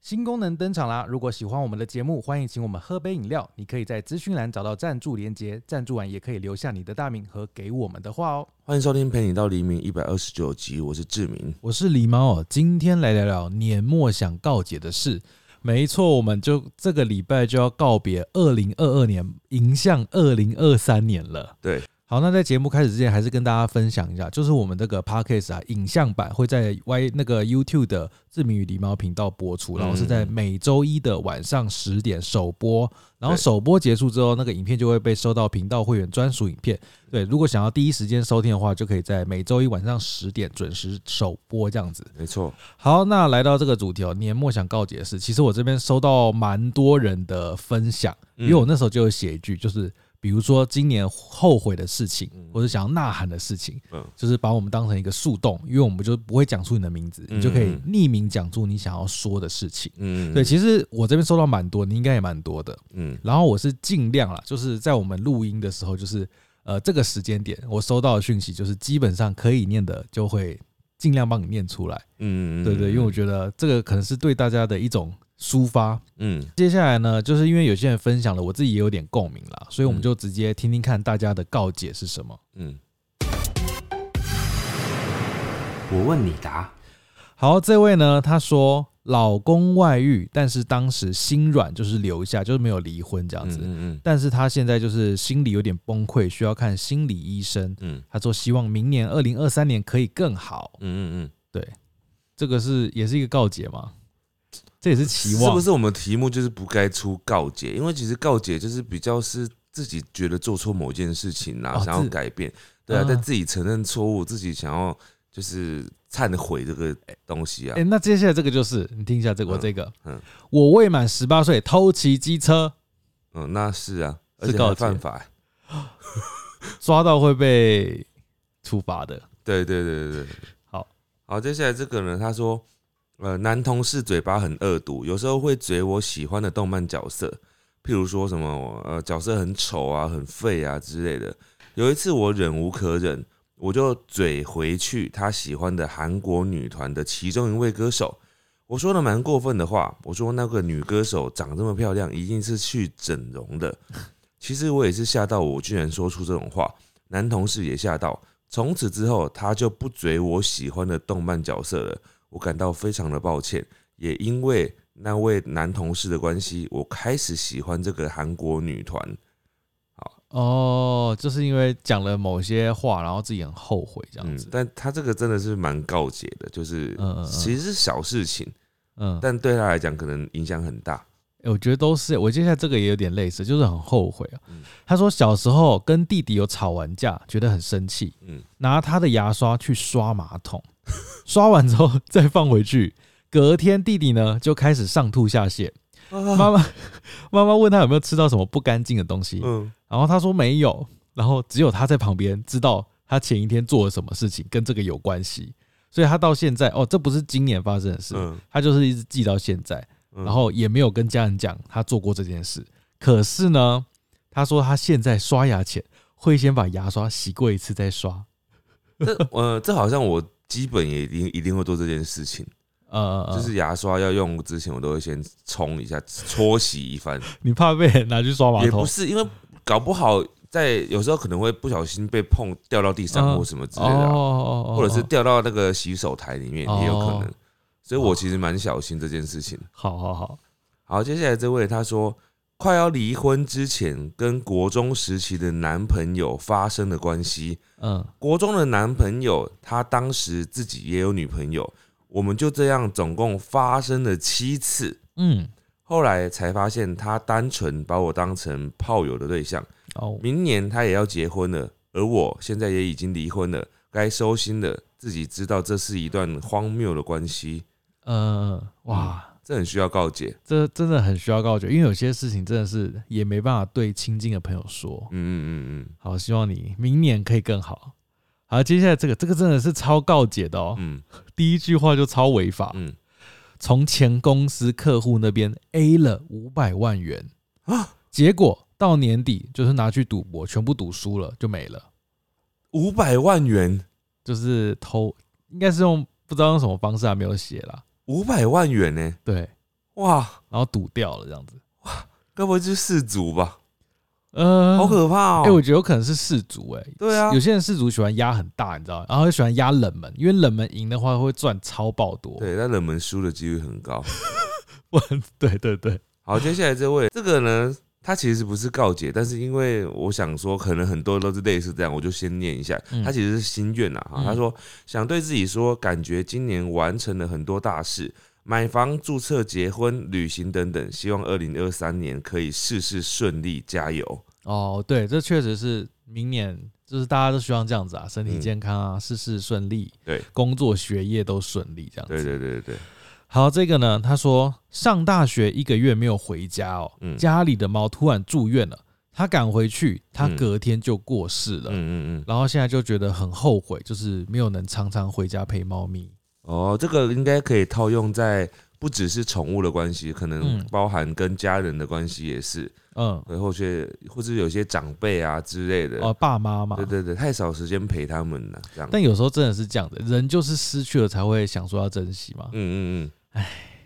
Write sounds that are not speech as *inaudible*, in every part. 新功能登场啦！如果喜欢我们的节目，欢迎请我们喝杯饮料。你可以在资讯栏找到赞助连接，赞助完也可以留下你的大名和给我们的话哦。欢迎收听《陪你到黎明》一百二十九集，我是志明。我是狸猫哦，今天来聊聊年末想告解的事。没错，我们就这个礼拜就要告别二零二二年，迎向二零二三年了。对，好，那在节目开始之前，还是跟大家分享一下，就是我们这个 podcast 啊，影像版会在 Y 那个 YouTube 的志明与狸猫频道播出，然后是在每周一的晚上十点首播，然后对首播结束之后，那个影片就会被收到频道会员专属影片。对，如果想要第一时间收听的话，就可以在每周一晚上十点准时首播这样子。没错，好，那来到这个主题哦，年末想告解的事，其实我这边收到蛮多人的分享，嗯因为我那时候嗯就有写一句，就是比如说今年后悔的事情，或者想要呐喊的事情，嗯就是把我们当成一个树洞，因为我们就不会讲出你的名字，你就可以嗯匿名讲出你想要说的事情。嗯对，其实我这边收到蛮多，你应该也蛮多的。嗯然后我是尽量啦，就是在我们录音的时候，就是呃这个时间点，我收到的讯息就是基本上可以念的就会尽量帮你念出来。嗯对对，因为我觉得这个可能是对大家的一种抒发。嗯接下来呢，就是因为有些人分享了，我自己也有点共鸣啦，所以我们嗯就直接听听看大家的告解是什么。嗯我问你答。好，这位呢，他说老公外遇，但是当时心软，就是留下，就是没有离婚这样子。嗯但是他现在就是心里有点崩溃，需要看心理医生。嗯他说希望明年二零二三年可以更好。嗯嗯这个是也是一个告解吗？这也是期是望，不是我们题目就是不该出告解？因为其实告解就是比较是自己觉得做错某件事情啦，哦想要自改变，对啊，啊但自己承认错误，自己想要就是忏悔这个东西啊哎、。那接下来这个就是你听一下这个，我嗯这个，嗯我未满十八岁偷骑机车，嗯，那是啊，而是且告诫还犯法欸。抓到会被处罚的。对对对对对，好，好，接下来这个呢，他说，呃，男同事嘴巴很恶毒，有时候会嘴我喜欢的动漫角色，譬如说什么呃角色很丑啊、很废啊之类的。有一次我忍无可忍，我就嘴回去他喜欢的韩国女团的其中一位歌手，我说了蛮过分的话，我说那个女歌手长这么漂亮，一定是去整容的。其实我也是吓到，我居然说出这种话，男同事也吓到。从此之后，他就不追我喜欢的动漫角色了。我感到非常的抱歉，也因为那位男同事的关系，我开始喜欢这个韩国女团。哦，就是因为讲了某些话，然后自己很后悔这样嗯子，。但他这个真的是蛮告解的，就是嗯嗯嗯其实是小事情，嗯，但对他来讲可能影响很大。欸我觉得都是欸。我接下来这个也有点类似，就是很后悔啊嗯。他说小时候跟弟弟有吵完架，觉得很生气，嗯拿他的牙刷去刷马桶， *laughs* 刷完之后再放回去。隔天弟弟呢就开始上吐下泻，妈妈 *laughs* 妈妈问他有没有吃到什么不干净的东西，嗯然后他说没有，然后只有他在旁边知道他前一天做了什么事情跟这个有关系，所以他到现在哦，这不是今年发生的事，嗯，他就是一直记到现在。嗯然后也没有跟家人讲他做过这件事。可是呢，他说他现在刷牙前会先把牙刷洗过一次再刷。这呃，这好像我基本也一定一定会做这件事情，呃，就是牙刷要用之前，我都会先冲一下，搓洗一番。你怕被人拿去刷马也桶不是，因为搞不好在有时候可能会不小心被碰掉到地上嗯或什么之哦类的啊、哦哦，或者是哦掉到那个洗手台里面哦也有可能。所以我其实蛮小心这件事情。好好好，好，接下来这位他说，快要离婚之前跟国中时期的男朋友发生的关系，嗯国中的男朋友他当时自己也有女朋友，我们就这样总共发生了七次。嗯后来才发现，他单纯把我当成炮友的对象，哦明年他也要结婚了，而我现在也已经离婚了，该收心了。自己知道这是一段荒谬的关系，呃哇，这很需要告解。这真的很需要告诫，因为有些事情真的是也没办法对亲近的朋友说。嗯嗯好，希望你明年可以更好。好，接下来这个这个真的是超告解的哦，嗯第一句话就超违法嗯。嗯从前公司客户那边 A 了五百万元啊，结果到年底就是拿去赌博，全部赌输了就没了，五百万元，就是偷，应该是用不知道用什么方式还没有写啦。五百万元呢、对，哇，然后堵掉了这样子。该不会就是氏族吧？呃，好可怕哦、哎、我觉得有可能是氏族哎、对啊有，些人氏族喜欢压很大，你知道吗，然后又喜欢压冷门，因为冷门赢的话会赚超爆多。对，但冷门输的几率很高。不然，对对对，好，接下来这位，这个呢，他其实不是告解，但是因为我想说，可能很多都是类似这样，我就先念一下。嗯他其实是心愿啊，哈嗯他说想对自己说，感觉今年完成了很多大事，买房、注册、结婚、旅行等等，希望二零二三年可以事事顺利，加油！哦，对，这确实是明年，就是大家都希望这样子啊，身体嗯健康啊，事事顺利，对，工作学业都顺利这样子。对对对对对，好，这个呢，他说上大学一个月没有回家哦，嗯家里的猫突然住院了，他赶回去，他嗯隔天就过世了，嗯嗯嗯，然后现在就觉得很后悔，就是没有能常常回家陪猫咪。哦，这个应该可以套用在不只是宠物的关系，可能嗯包含跟家人的关系也是，嗯，然后是或者有些长辈啊之类的，哦，爸妈嘛，对对对，太少时间陪他们了，这样。但有时候真的是这样的，人就是失去了才会想说要珍惜嘛。嗯嗯嗯，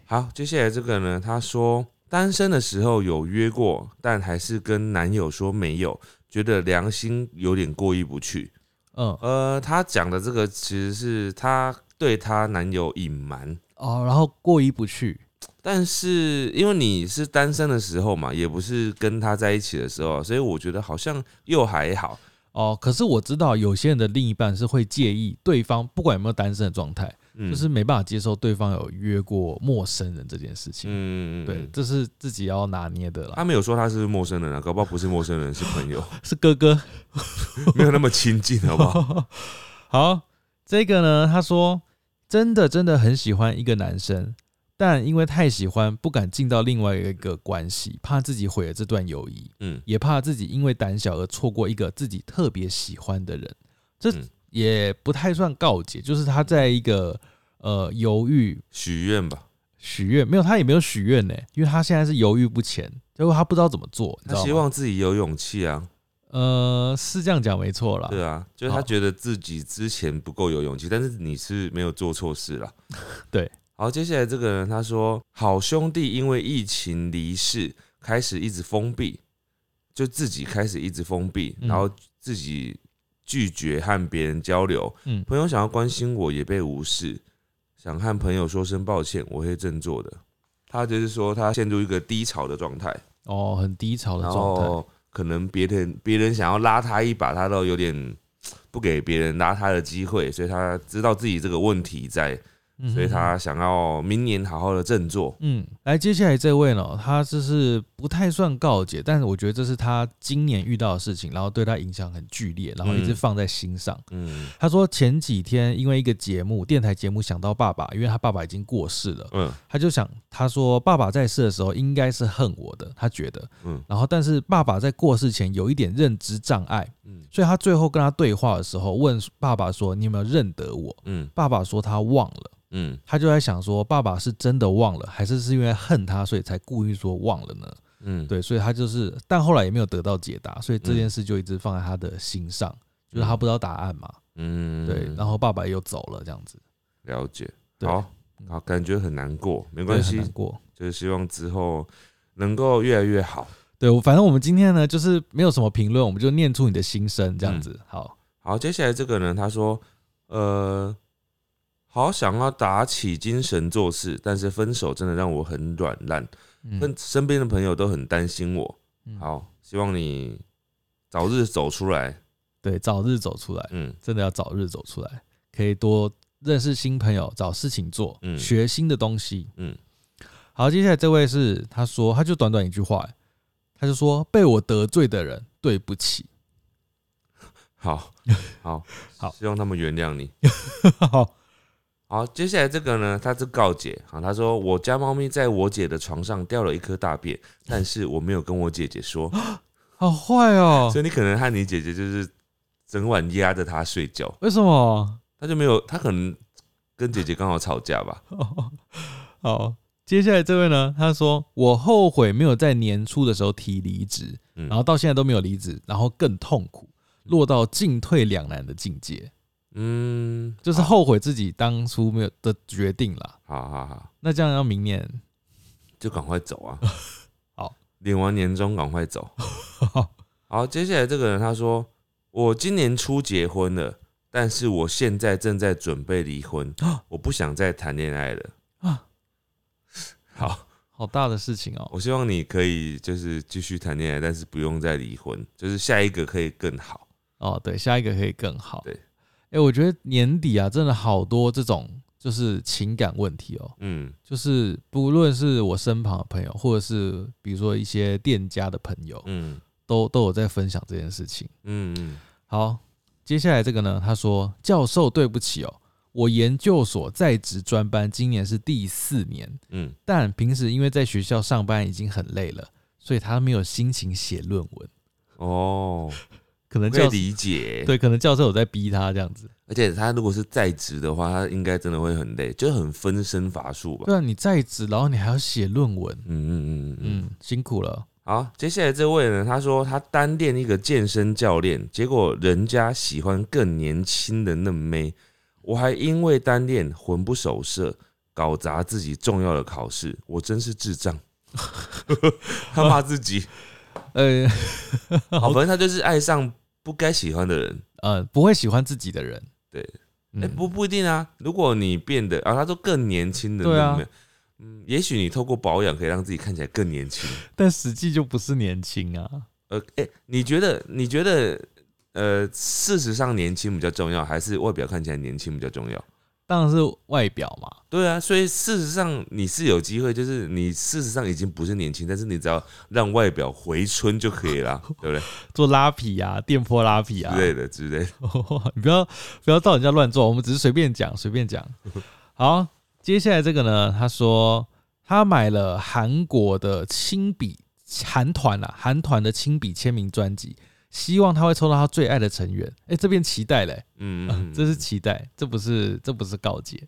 好，接下来这个呢，他说单身的时候有约过，但还是跟男友说没有，觉得良心有点过意不去。嗯，呃，他讲的这个其实是他对他男友隐瞒，哦，然后过意不去，但是因为你是单身的时候嘛，也不是跟他在一起的时候，啊所以我觉得好像又还好。哦，可是我知道有些人的另一半是会介意对方不管有没有单身的状态，嗯，就是没办法接受对方有约过陌生人这件事情。嗯，嗯嗯啊对，嗯这是自己要拿捏的啦。他没有说他是陌生人啊，搞不好不是陌生人，是朋友，是哥哥， *laughs* 没有那么 *laughs* 亲近，好不好？好，这个呢，他说真的真的很喜欢一个男生，但因为太喜欢，不敢进到另外一个关系，怕自己毁了这段友谊，嗯，也怕自己因为胆小而错过一个自己特别喜欢的人。这嗯也不太算告解，就是他在一个呃犹豫许愿吧。许愿，没有他也没有许愿呢，因为他现在是犹豫不前，结果他不知道怎么做，你他知道希吗？望自己有勇气啊，呃，是这样讲没错啦。对啊，就是他好觉得自己之前不够有勇气，但是你是没有做错事啦。 *laughs* 对，好，接下来这个人他说，好兄弟因为疫情离世，开始一直封闭，就自己开始一直封闭，嗯然后自己拒绝和别人交流，嗯，朋友想要关心我也被无视，想和朋友说声抱歉，我会振作的。他就是说他陷入一个低潮的状态。哦，很低潮的然状态。后可能别人别人想要拉他一把，他都有点不给别人拉他的机会，所以他知道自己这个问题在，嗯哼所以他想要明年好好的振作。嗯，来，接下来这位呢，他就是不太算告解，但是我觉得这是他今年遇到的事情，然后对他影响很剧烈，然后一直嗯放在心上。嗯他说前几天因为一个节目，电台节目想到爸爸，因为他爸爸已经过世了，嗯他就想，他说爸爸在世的时候应该是恨我的，他觉得，嗯然后但是爸爸在过世前有一点认知障碍，嗯所以他最后跟他对话的时候问爸爸说：“你有没有认得我嗯？”爸爸说他忘了。嗯他就在想说，爸爸是真的忘了，还是是因为恨他，所以才故意说忘了呢？嗯，对，所以他就是，但后来也没有得到解答，所以这件事就一直放在他的心上，就是他不知道答案嘛。嗯，嗯对，然后爸爸又走了，这样子，了解，对好好，感觉很难过，没没关很系难，过。就是希望之后能够越来越好。对，我反正我们今天呢，就是没有什么评论，我们就念出你的心声，嗯这样子。好，好，接下来这个呢，他说，呃，好想要打起精神做事，但是分手真的让我很软烂，跟嗯，身边的朋友都很担心我。嗯，好，希望你早日走出来。对，早日走出来，嗯真的要早日走出来，可以多认识新朋友，找事情做，嗯学新的东西。嗯，好，接下来这位是他说，他就短短一句话，他就说被我得罪的人，对不 *laughs* 起。好好 *laughs* 好希望他们原谅你。好，好，接下来这个呢，他是告解好，他说我家猫咪在我姐的床上掉了一颗 *laughs* 大便，但是我没有跟我姐姐说，哦好坏哦所，以你可能和你姐姐就是整晚压着她睡觉。为什么？ *laughs* 他就没有，他可能跟姐姐刚好吵架吧。哦好，接下来这位呢，他说我后悔没有在年初的时候提离职，嗯，然后到现在都没有离职，然后更痛苦，落到进退两难的境界，嗯，就是后悔自己当初没有的决定啦。好好好， *laughs* 那这样要明年！就赶快走啊 *laughs* 好，领完年终赶快走。好，接下来这个人他说，我今年初结婚了，但是我现在正在准备 *gasps* 离婚，我不想再谈恋爱了。啊，好，好大的事情哦、我希望你可以就是继续谈恋爱，但是不用再离婚，就是下一个可以更好。哦，对，下一个可以更好。对，哎、我觉得年底啊，真的好多这种就是情感问题哦、嗯就是不论是我身旁的朋友，或者是比如说一些店家的朋友，嗯都都有在分享这件事情。嗯嗯，好，接下来这个呢，他说：“教授，对不起哦、我研究所在职专班今年是第四年，嗯，但平时因为在学校上班已经很累了，所以他没有心情写论文。 *laughs* 哦，可能可以教理解。对，可能教授有在逼他这样子。而且他如果是在职的话，他应该真的会很累，就很分身乏术吧。对啊，你在职，然后你还要写论文，嗯嗯嗯嗯。嗯，辛苦了。好，接下来这位呢，他说他单恋一个健身教练，结果人家喜欢更年轻的嫩妹，我还因为单恋魂不守舍，搞砸自己重要的考试，我真是智 *laughs* 障。他骂自己，呃，好，反正他就是爱上不该喜欢的人。呃，不会喜欢自己的人，对嗯，哎、不不一定啊。如果你变得啊，他说更年轻的对啊那面，嗯，也许你透过保养可以让自己看起来更年轻。但实际就不是年轻啊。呃，哎、你觉得？你觉得？呃，事实上年轻比较重要，还是外表看起来年轻比较重要？当然是外表嘛，对啊，所以事实上你是有机会，就是你事实上已经不是年轻，但是你只要让外表回春就可以啦，对不对？做拉皮啊，电波拉皮啊之，类的之类的。 *laughs* 你不要不要到人家乱做，我们只是随便讲随便 *laughs* 讲。好，接下来这个呢，他说他买了韩国的亲笔韩团啊，韩团的亲笔签名专辑，希望他会抽到他最爱的成员。哎、这边期待嘞、嗯，嗯啊 *laughs* 嗯这是期待，这不是这不是告诫。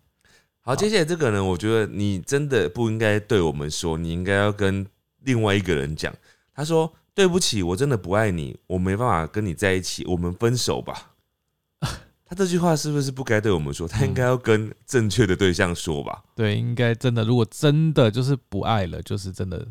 好，接下来这个呢，我觉得你真的不应该对我们说，你应该要跟另外一个人讲。他说：“对不起，我真的不爱你，我没办法跟你在一起，我们分手 *laughs* 吧。”他这句话是不是不该对我们说？他应该要跟正确的对象说吧。对，应该真的，如果真的就是不爱了，就是真的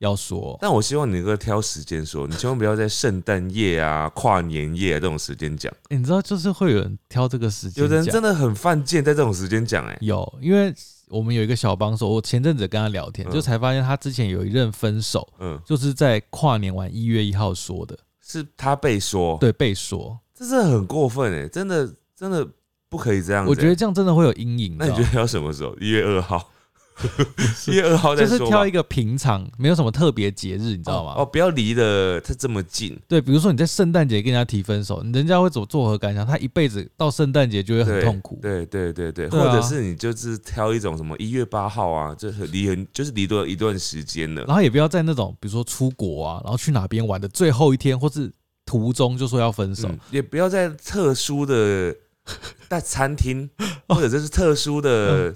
要说。但我希望你能够挑时间说，你千万不要在圣诞夜啊、跨年夜、啊、这种时间讲。诶你知道，就是会有人挑这个时间有讲，的人真的很犯贱，在这种时间讲、哎，有，因为我们有一个小帮手，我前阵子跟他聊天，嗯就才发现他之前有一任分手，嗯，就是在跨年完一月一号说的，是他被说，，对，被说。这是很过分哎、真的真的不可以这样子、哎我觉得这样真的会有阴影，那你知觉道吗得要什么时候？一月二号， *laughs* 一月二号再就是说吧。挑一个平常，没有什么特别节日，你知道吗？哦，不要离得他这么近，对，比如说你在圣诞节跟人家提分手，人家会怎么作何感想？他一辈子到圣诞节就会很对痛苦。对对对对，对或啊者是你就是挑一种什么一月八号啊，就是离很就是离多一段时间了。然后也不要在那种比如说出国啊，然后去哪边玩的最后一天，或是途中就说要分手。嗯也不要在特殊的 *laughs* 在 *laughs* 餐厅，或者就是特殊嗯的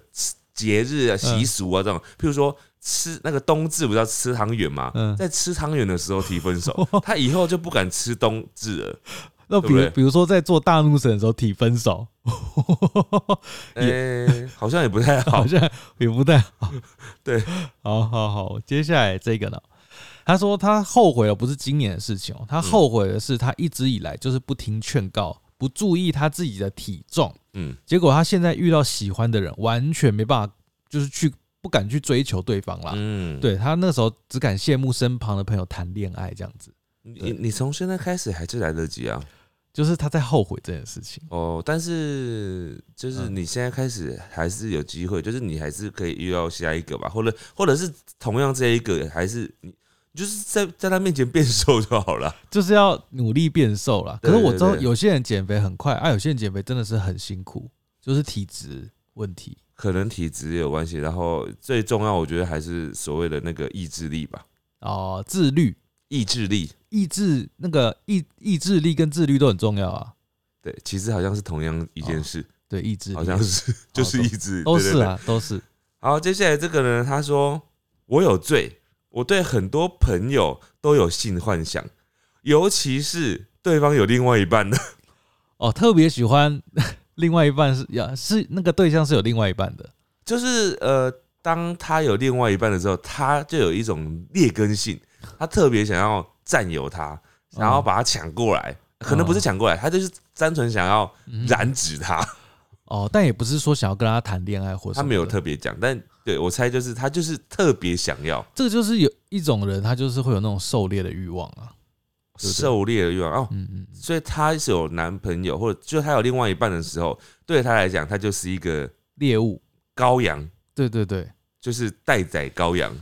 节日啊、习俗啊这种，譬如说吃那个冬至不是要吃汤圆嘛嗯，在吃汤圆的时候提 *laughs* 分手，他以后就不敢吃冬至了。那比对不如对比如说在做大怒神的时候提分手，哎，好像也不太好。好。像也不太好 *laughs* 对，好好好，接下来这个呢？他说他后悔了，不是今年的事情嗯哦，他后悔的是他一直以来就是不听劝告，不注意他自己的体重，嗯结果他现在遇到喜欢的人，完全没办法，就是去不敢去追求对方啦。嗯，对他那时候只敢羡慕身旁的朋友谈恋爱这样子，你你从现在开始还是来得及啊。就是他在后悔这件事情。哦，但是就是嗯你现在开始还是有机会，就是你还是可以遇到下一个吧，或者或者是同样这一个，还是你就是在在他面前变瘦就好了。 *laughs* 就是要努力变瘦啦。对可是我知道对对有些人减肥很快，啊，有些人减肥真的是很辛苦，就是体质问题。可能体质也有关系，然后最重要，我觉得还是所谓的那个意志力吧，哦，自律、意志力。意志，那个意意志力跟自律都很重要啊。对，其实好像是同样一件事，对，哦意志力哦好像是 *laughs* 就是意志，都对对是对啊，都是好，接下来这个呢，他说我有罪，我对很多朋友都有性幻想，尤其是对方有另外一 *laughs* 半的，哦。特别喜 *laughs* 欢另外一半是呀，是那个对象是有另外一半的就是呃，当他有另外一半的时候，他就有一种劣根性，他特别想要占有他，然后把他抢过来。哦可能不是抢过来，他就是单纯想要嗯染指他。哦，但也不是说想要跟他谈恋爱或什他么的没有特别讲，但对我猜就是他就是特别想要这个就是有一种人，他就是会有那种狩猎的欲望啊。对狩猎的欲望哦。嗯嗯，所以他是有男朋友，或者就他有另外一半的时候，对他来讲，他就是一个猎物，羔羊，对对对，就是待宰羔羊。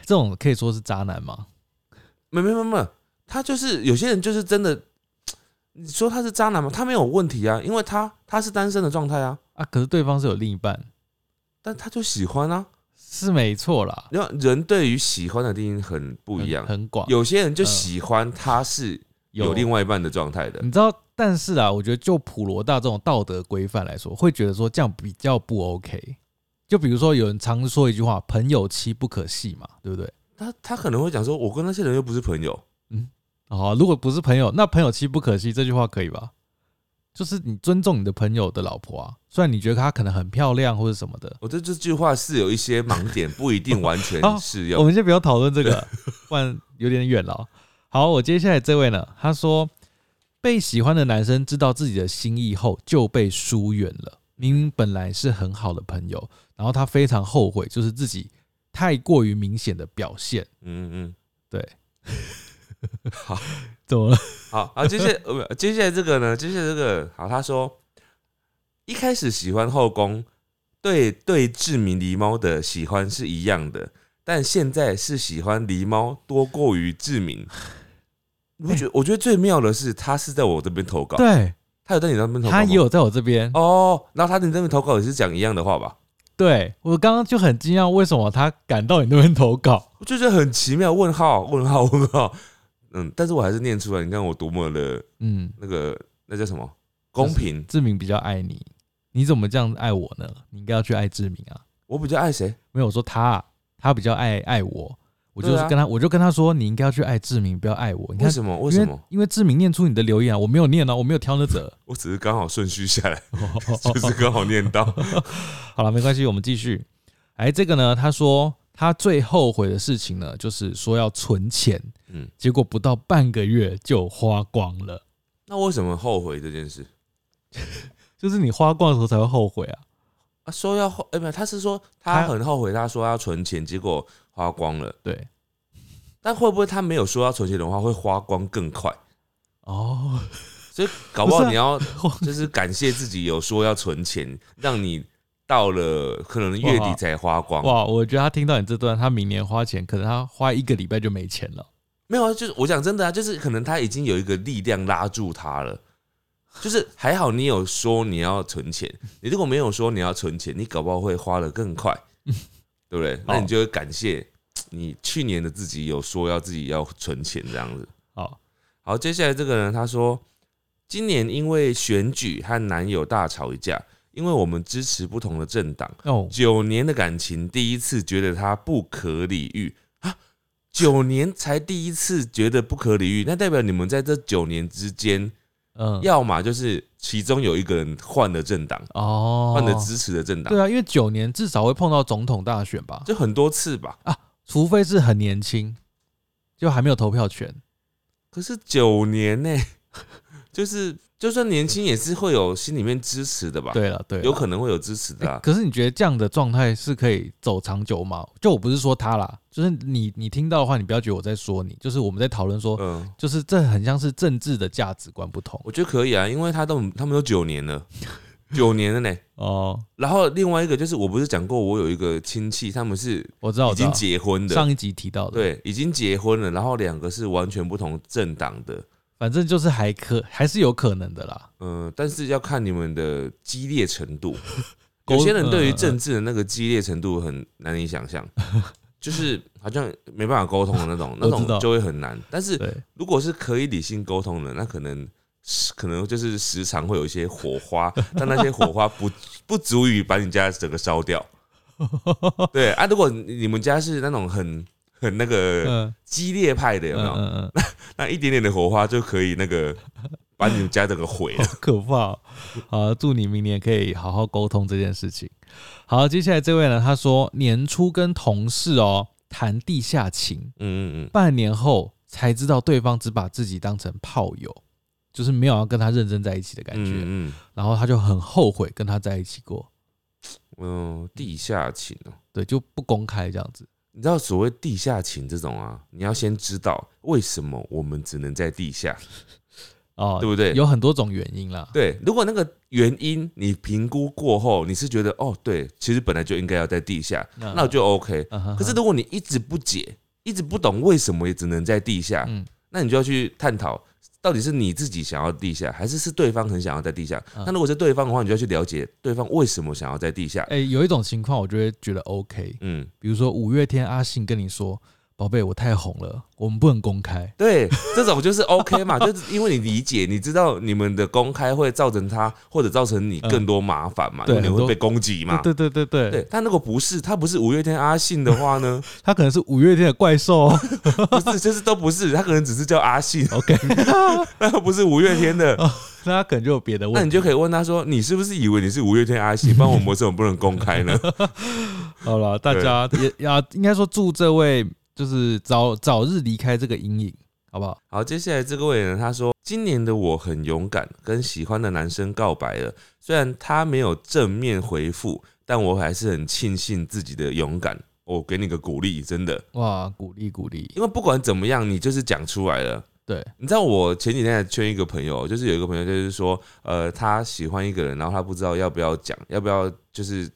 这种可以说是渣男吗？没没没没，他就是有些人就是真的，你说他是渣男吗？他没有问题啊，因为他他是单身的状态啊，啊，可是对方是有另一半，但他就喜欢啊。是没错啦，因为人对于喜欢的定义很不一样很，很广。有些人就嗯喜欢他是有另外一半的状态的，你知道，但是啊，我觉得就普罗大众道德规范来说，会觉得说这样比较不 OK。就比如说，有人常说一句话“朋友妻不可戏”嘛，对不对？他他可能会讲说，我跟那些人又不是朋友，哦，如果不是朋友，那朋友妻不可惜这句话可以吧？就是你尊重你的朋友的老婆啊，虽然你觉得她可能很漂亮或者什么的，我这这句话是有一些盲点，不一定完全哦适我用。们先不要讨论这个， *laughs* 不然有点远了哦。好，我接下来这位呢，他说被喜欢的男生知道自己的心意后就被疏远了，明明本来是很好的朋友，然后他非常后悔，就是自己太过于明显的表现。嗯嗯，对， *laughs* 好，怎么了？好，好，接下来呃，接下来这个呢，接下来这个，好，他说一开始喜欢后宫，对对志明狸猫的喜欢是一样的，但现在是喜欢狸猫多过于志明。我觉得，我觉得最妙的是，他是在我这边投稿，哎对他有在你那边投稿他吗，也有在我这边，哦，然后他在你那边投稿也是讲一样的话吧？对我刚刚就很惊讶，为什么他敢到你那边投稿？我就觉得很奇妙，问号，问号，问号，嗯，但是我还是念出来，你看我多么的嗯，那个那叫什么公平？志明比较爱你，你怎么这样爱我呢？你应该要去爱志明啊。我比较爱谁？没有我说他啊，他比较爱爱我，我就是对啊跟他，我就跟他说，你应该要去爱志明，不要爱我。你为看什么？为因什为么？因为志明念出你的留言啊，我没有念啊，我没有挑那者。我只是刚好顺序 *laughs* 下来，就是刚好念到。 *laughs* 好了，没关系，我们继续。哎，这个呢，他说他最后悔的事情呢，就是说要存钱，嗯，结果不到半个月就花光了。那为什么后悔这件事？就是你花光的时候才会后悔啊，啊，说要后，哎、没有，他是说他很后悔，他说要存钱，结果花光了。对，但会不会他没有说要存钱的话，会花光更快？哦，所以搞不好不啊你是 *laughs* 要就是感谢自己有说要存钱，让你到了可能月底才花光。哇，我觉得他听到你这段，他明年花钱，可能他花一个礼拜就没钱了。没有啊，就是我讲真的啊，就是可能他已经有一个力量拉住他了。就是还好你有说你要存钱，你如果没有说你要存钱，你搞不好会花的更快，对不对？那你就会感谢你去年的自己有说要自己要存钱这样子。好，好，接下来这个人他说，今年因为选举和男友大吵一架，因为我们支持不同的政党，哦，九年的感情第一次觉得他不可理喻啊，九年才第一次觉得不可理喻，那代表你们在这九年之间，嗯，要么就是其中有一个人换了政党，哦，换了支持的政党对，啊啊，因为九年至少会碰到总统大选吧，就很多次吧。除非是很年轻，就还没有投票权。可是九年呢、 *laughs* 就是就算年轻也是会有心里面支持的吧？对啊了，对啦，有可能会有支持的、欸啊。可是你觉得这样的状态是可以走长久吗？就我不是说他啦，就是你你听到的话，你不要觉得我在说你，就是我们在讨论说，嗯，就是这很像是政治的价值观不同我觉得可以啊，因为他都他们都九年了，九年了呢、哦。然后另外一个就是，我不是讲过我有一个亲戚，他们是我知道，已我知道经结婚的，啊上一集提到的，，对，已经结婚了，然后两个是完全不同政党的，反正就是还可还是有可能的啦。嗯，但是要看你们的激烈程度。 *laughs* 沟有些人对于嗯政治的那个激烈程度很难以 *laughs* 想象，就是好像没办法沟通的那种，那我知道种就会很难。但是对，如果是可以理性沟通的，那可能时可能就是时常会有一些火花， *laughs* 但那些火花不不足以把你家整个烧 *laughs* 掉。对啊，如果你你们家是那种很很那个嗯，激烈派的，有没有？嗯嗯嗯那一点点的火花就可以那个 *laughs* 把你们家整个毁 *laughs* 了。可怕哦、 *laughs* 好，祝你明年可以好好沟通这件事情。好，接下来这位呢，他说年初跟同事哦谈地下情，嗯嗯嗯，半年后才知道对方只把自己当成炮友，就是没有要跟他认真在一起的感觉。嗯嗯然后他就很后悔跟他在一起过，嗯，地下情哦、对，就不公开这样子。你知道所谓地下情这种啊，你要先知道为什么我们只能在 *laughs* 地下，哦，对不对？有很多种原因啦。对，如果那个原因你评估过后，你是觉得哦，对，其实本来就应该要在地下，那那我就 OK。嗯哼哼可是如果你一直不解，一直不懂为什么也只能在地下，嗯那你就要去探讨到底是你自己想要地下，还是是对方很想要在地下。嗯那如果是对方的话，你就要去了解对方为什么想要在地下。哎、有一种情况，我就会觉得 OK，嗯，比如说五月天阿信跟你说：“宝贝，我太红了，我们不能公开。对， *laughs* 这种就是 OK 嘛，就是因为你理解，你知道你们的公开会造成他或者造成你更多麻烦嘛，嗯对因为你很会多被攻击嘛。对对对对对，但如果不是他不是五月天阿信的话呢？他可能是五月天的怪兽、哦。 *laughs* 不是， *laughs* 就是都不是，他可能只是叫阿信， OK， *laughs* 那不是五月天的。那他可能就有别的那问你题。就可以问他说：“你是不是以为你是五月天阿信？不然我们为什么不能公开呢好了，大家也要应该说祝这位就是早早日离开这个阴影，好不好？？”好，接下来这位呢，他说：“今年的我很勇敢，跟喜欢的男生告白了。虽然他没有正面回复，但我还是很庆幸自己的勇敢。我给你个鼓励，真的，哇，鼓励鼓励。因为不管怎么样，你就是讲出来了。”对，你知道我前几天还圈一个朋友，就是有一个朋友，就是说，呃，他喜欢一个人，然后他不知道要不要讲，要不要就是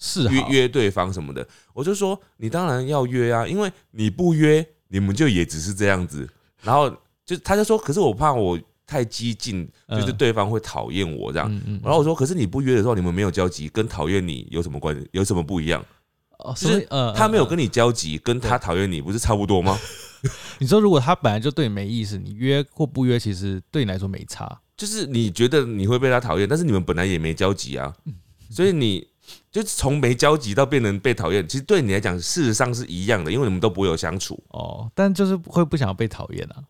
是约好约对方什么的，我就说你当然要约啊，因为你不约，你们就也只是这样子。然后就他就说，可是我怕我太激进，嗯就是对方会讨厌我这样。嗯嗯啊然后我说，可是你不约的时候，你们没有交集，跟讨厌你有什么关系？有什么不一样？哦，就是所以呃，他没有跟你，你交集，跟他讨厌你不是差不多吗？你说如果他本来就对你没意思，你约或不约，其实对你来说没差。就是你觉得你会被他讨厌，但是你们本来也没交集啊，嗯所以你就是从没交集到变成被讨厌，其实对你来讲，事实上是一样的，因为你们都不会有相处。哦，但就是会不想被讨厌啊。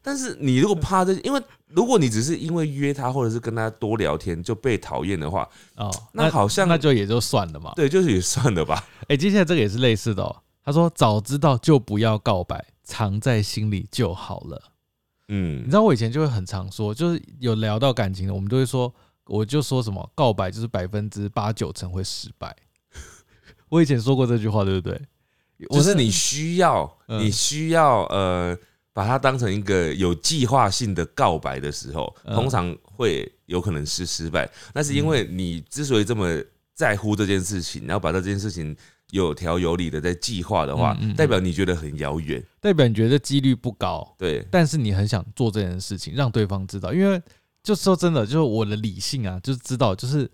但是你如果怕这，因为如果你只是因为约他或者是跟他多聊天就被讨厌的话，哦，那好像那就也就算了嘛。对，就是也算了吧。哎、接下来这个也是类似的哦。他说：“早知道就不要告白，藏在心里就好了。”你嗯知，道我以前就会很常说，就是有聊到感情的，我们都会说，我就说什么告白就是百分之八九成会失败。 *laughs* 我以前说过这句话，对不对？我就是在你需要，嗯你需要呃，把它当成一个有计划性的告白的时候，嗯通常会有可能是失败。那是因为你之所以这么在乎这件事情，然后把这件事情有条有理的在计划的话嗯嗯嗯，代表你觉得很遥远。代表你觉得几率不高，对，但是你很想做这件事情，让对方知道，因为就说真的，就是我的理性啊，就是知道，就是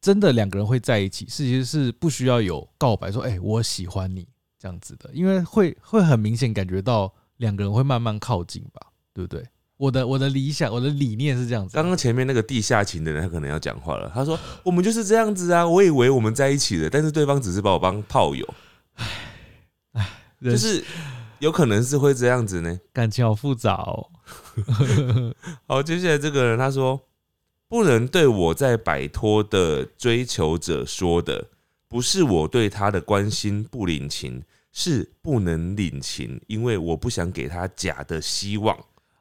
真的两个人会在一起，是其实是不需要有告白说，哎、我喜欢你这样子的，因为会会很明显感觉到两个人会慢慢靠近吧，对不对？我的我的理想，我的理念是这样子的。刚刚前面那个地下情的人，他可能要讲话了。他说：“我们就是这样子啊，我以为我们在一起了，但是对方只是把我当炮友，人就是有可能是会这样子啊呢。感情好复杂哦，”好，接下来这个人他说：“不能对我在摆脱的追求者说的，不是我对他的关心不领情，是不能领情，因为我不想给他假的希望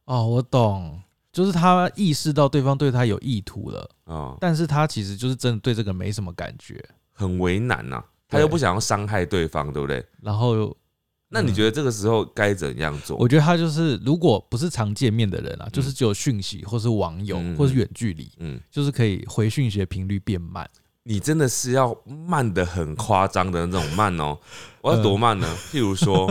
哦，我懂，就是他意识到对方对他有意图了，啊、哦但是他其实就是真的对这个没什么感觉，很为难呐、他对又不想要伤害对方，对不对？然后那你觉得这个时候该怎样做？我觉得他就是，如果不是常见面的人啊，就是只有讯息或是网友嗯或是远距离，嗯。就是可以回讯息的频率变慢。你真的是要慢的很夸张的那种慢 *laughs* 哦、我要多慢呢？嗯譬如说，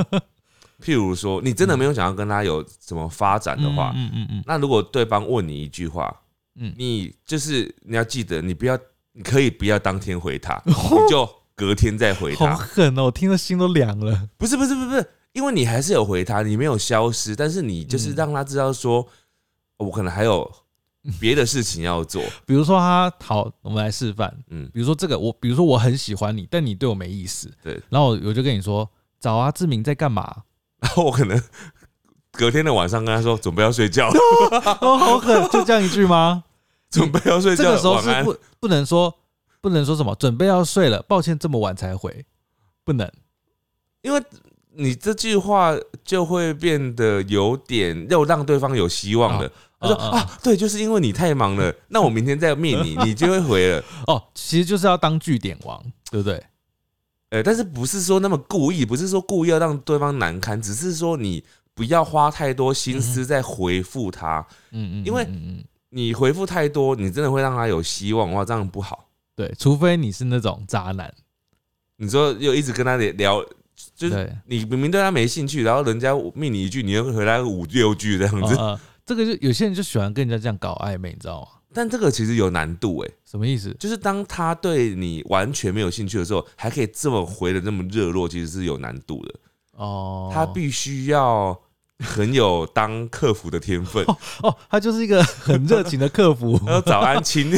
譬如说，你真的没有想要跟他有什么发展的话，嗯嗯嗯那如果对方问你一句话，嗯你就是你要记得，你不要，你可以不要当天回他，你就隔天再回嗯，好他。哦狠哦，我听得心都凉了。不是不是不是不是，因为你还是有回他，你没有消失，但是你就是嗯让他知道说，哦我可能还有别的事情要做。比如说他，好，我们来示范。嗯，比如说这个，我比如说我很喜欢你，但你对我没意思。对， *laughs* 然后我就跟你说，早啊，志明在干嘛？然后我可能隔天的晚上跟他说准备要睡觉，哦，好狠，就这样一句 *laughs* 吗？准备要睡这觉个了，时候晚是安。不不能说不能说什么，准备要睡了，抱歉这么晚才回，不能。因为你这句话就会变得有点又让对方有希望了。他说嗯嗯啊，对，就是因为你太忙 *laughs* 了，那我明天再密你，你就会回了。 *laughs* 哦，其实就是要当据点王，对不对？呃，但是不是说那么故意，不是说故意要让对方难堪，只是说你不要花太多心思在回复他。嗯嗯，因为嗯嗯嗯你回复太多，你真的会让他有希望哇，这样不好。对，除非你是那种渣男，你说又一直跟他聊，就是对，你明明对他没兴趣，然后人家命你一句，你又回来五六句这样子嗯。嗯这个就有些人就喜欢跟人家这样搞暧昧，你知道吗？但这个其实有难度诶、什么意思？就是当他对你完全没有兴趣的时候，还可以这么回的那么热络，其实是有难度的。哦，他必须要很有当客服的天 *laughs* 分，哦，他就是一个很热情的客 *laughs* 服。还有早安亲之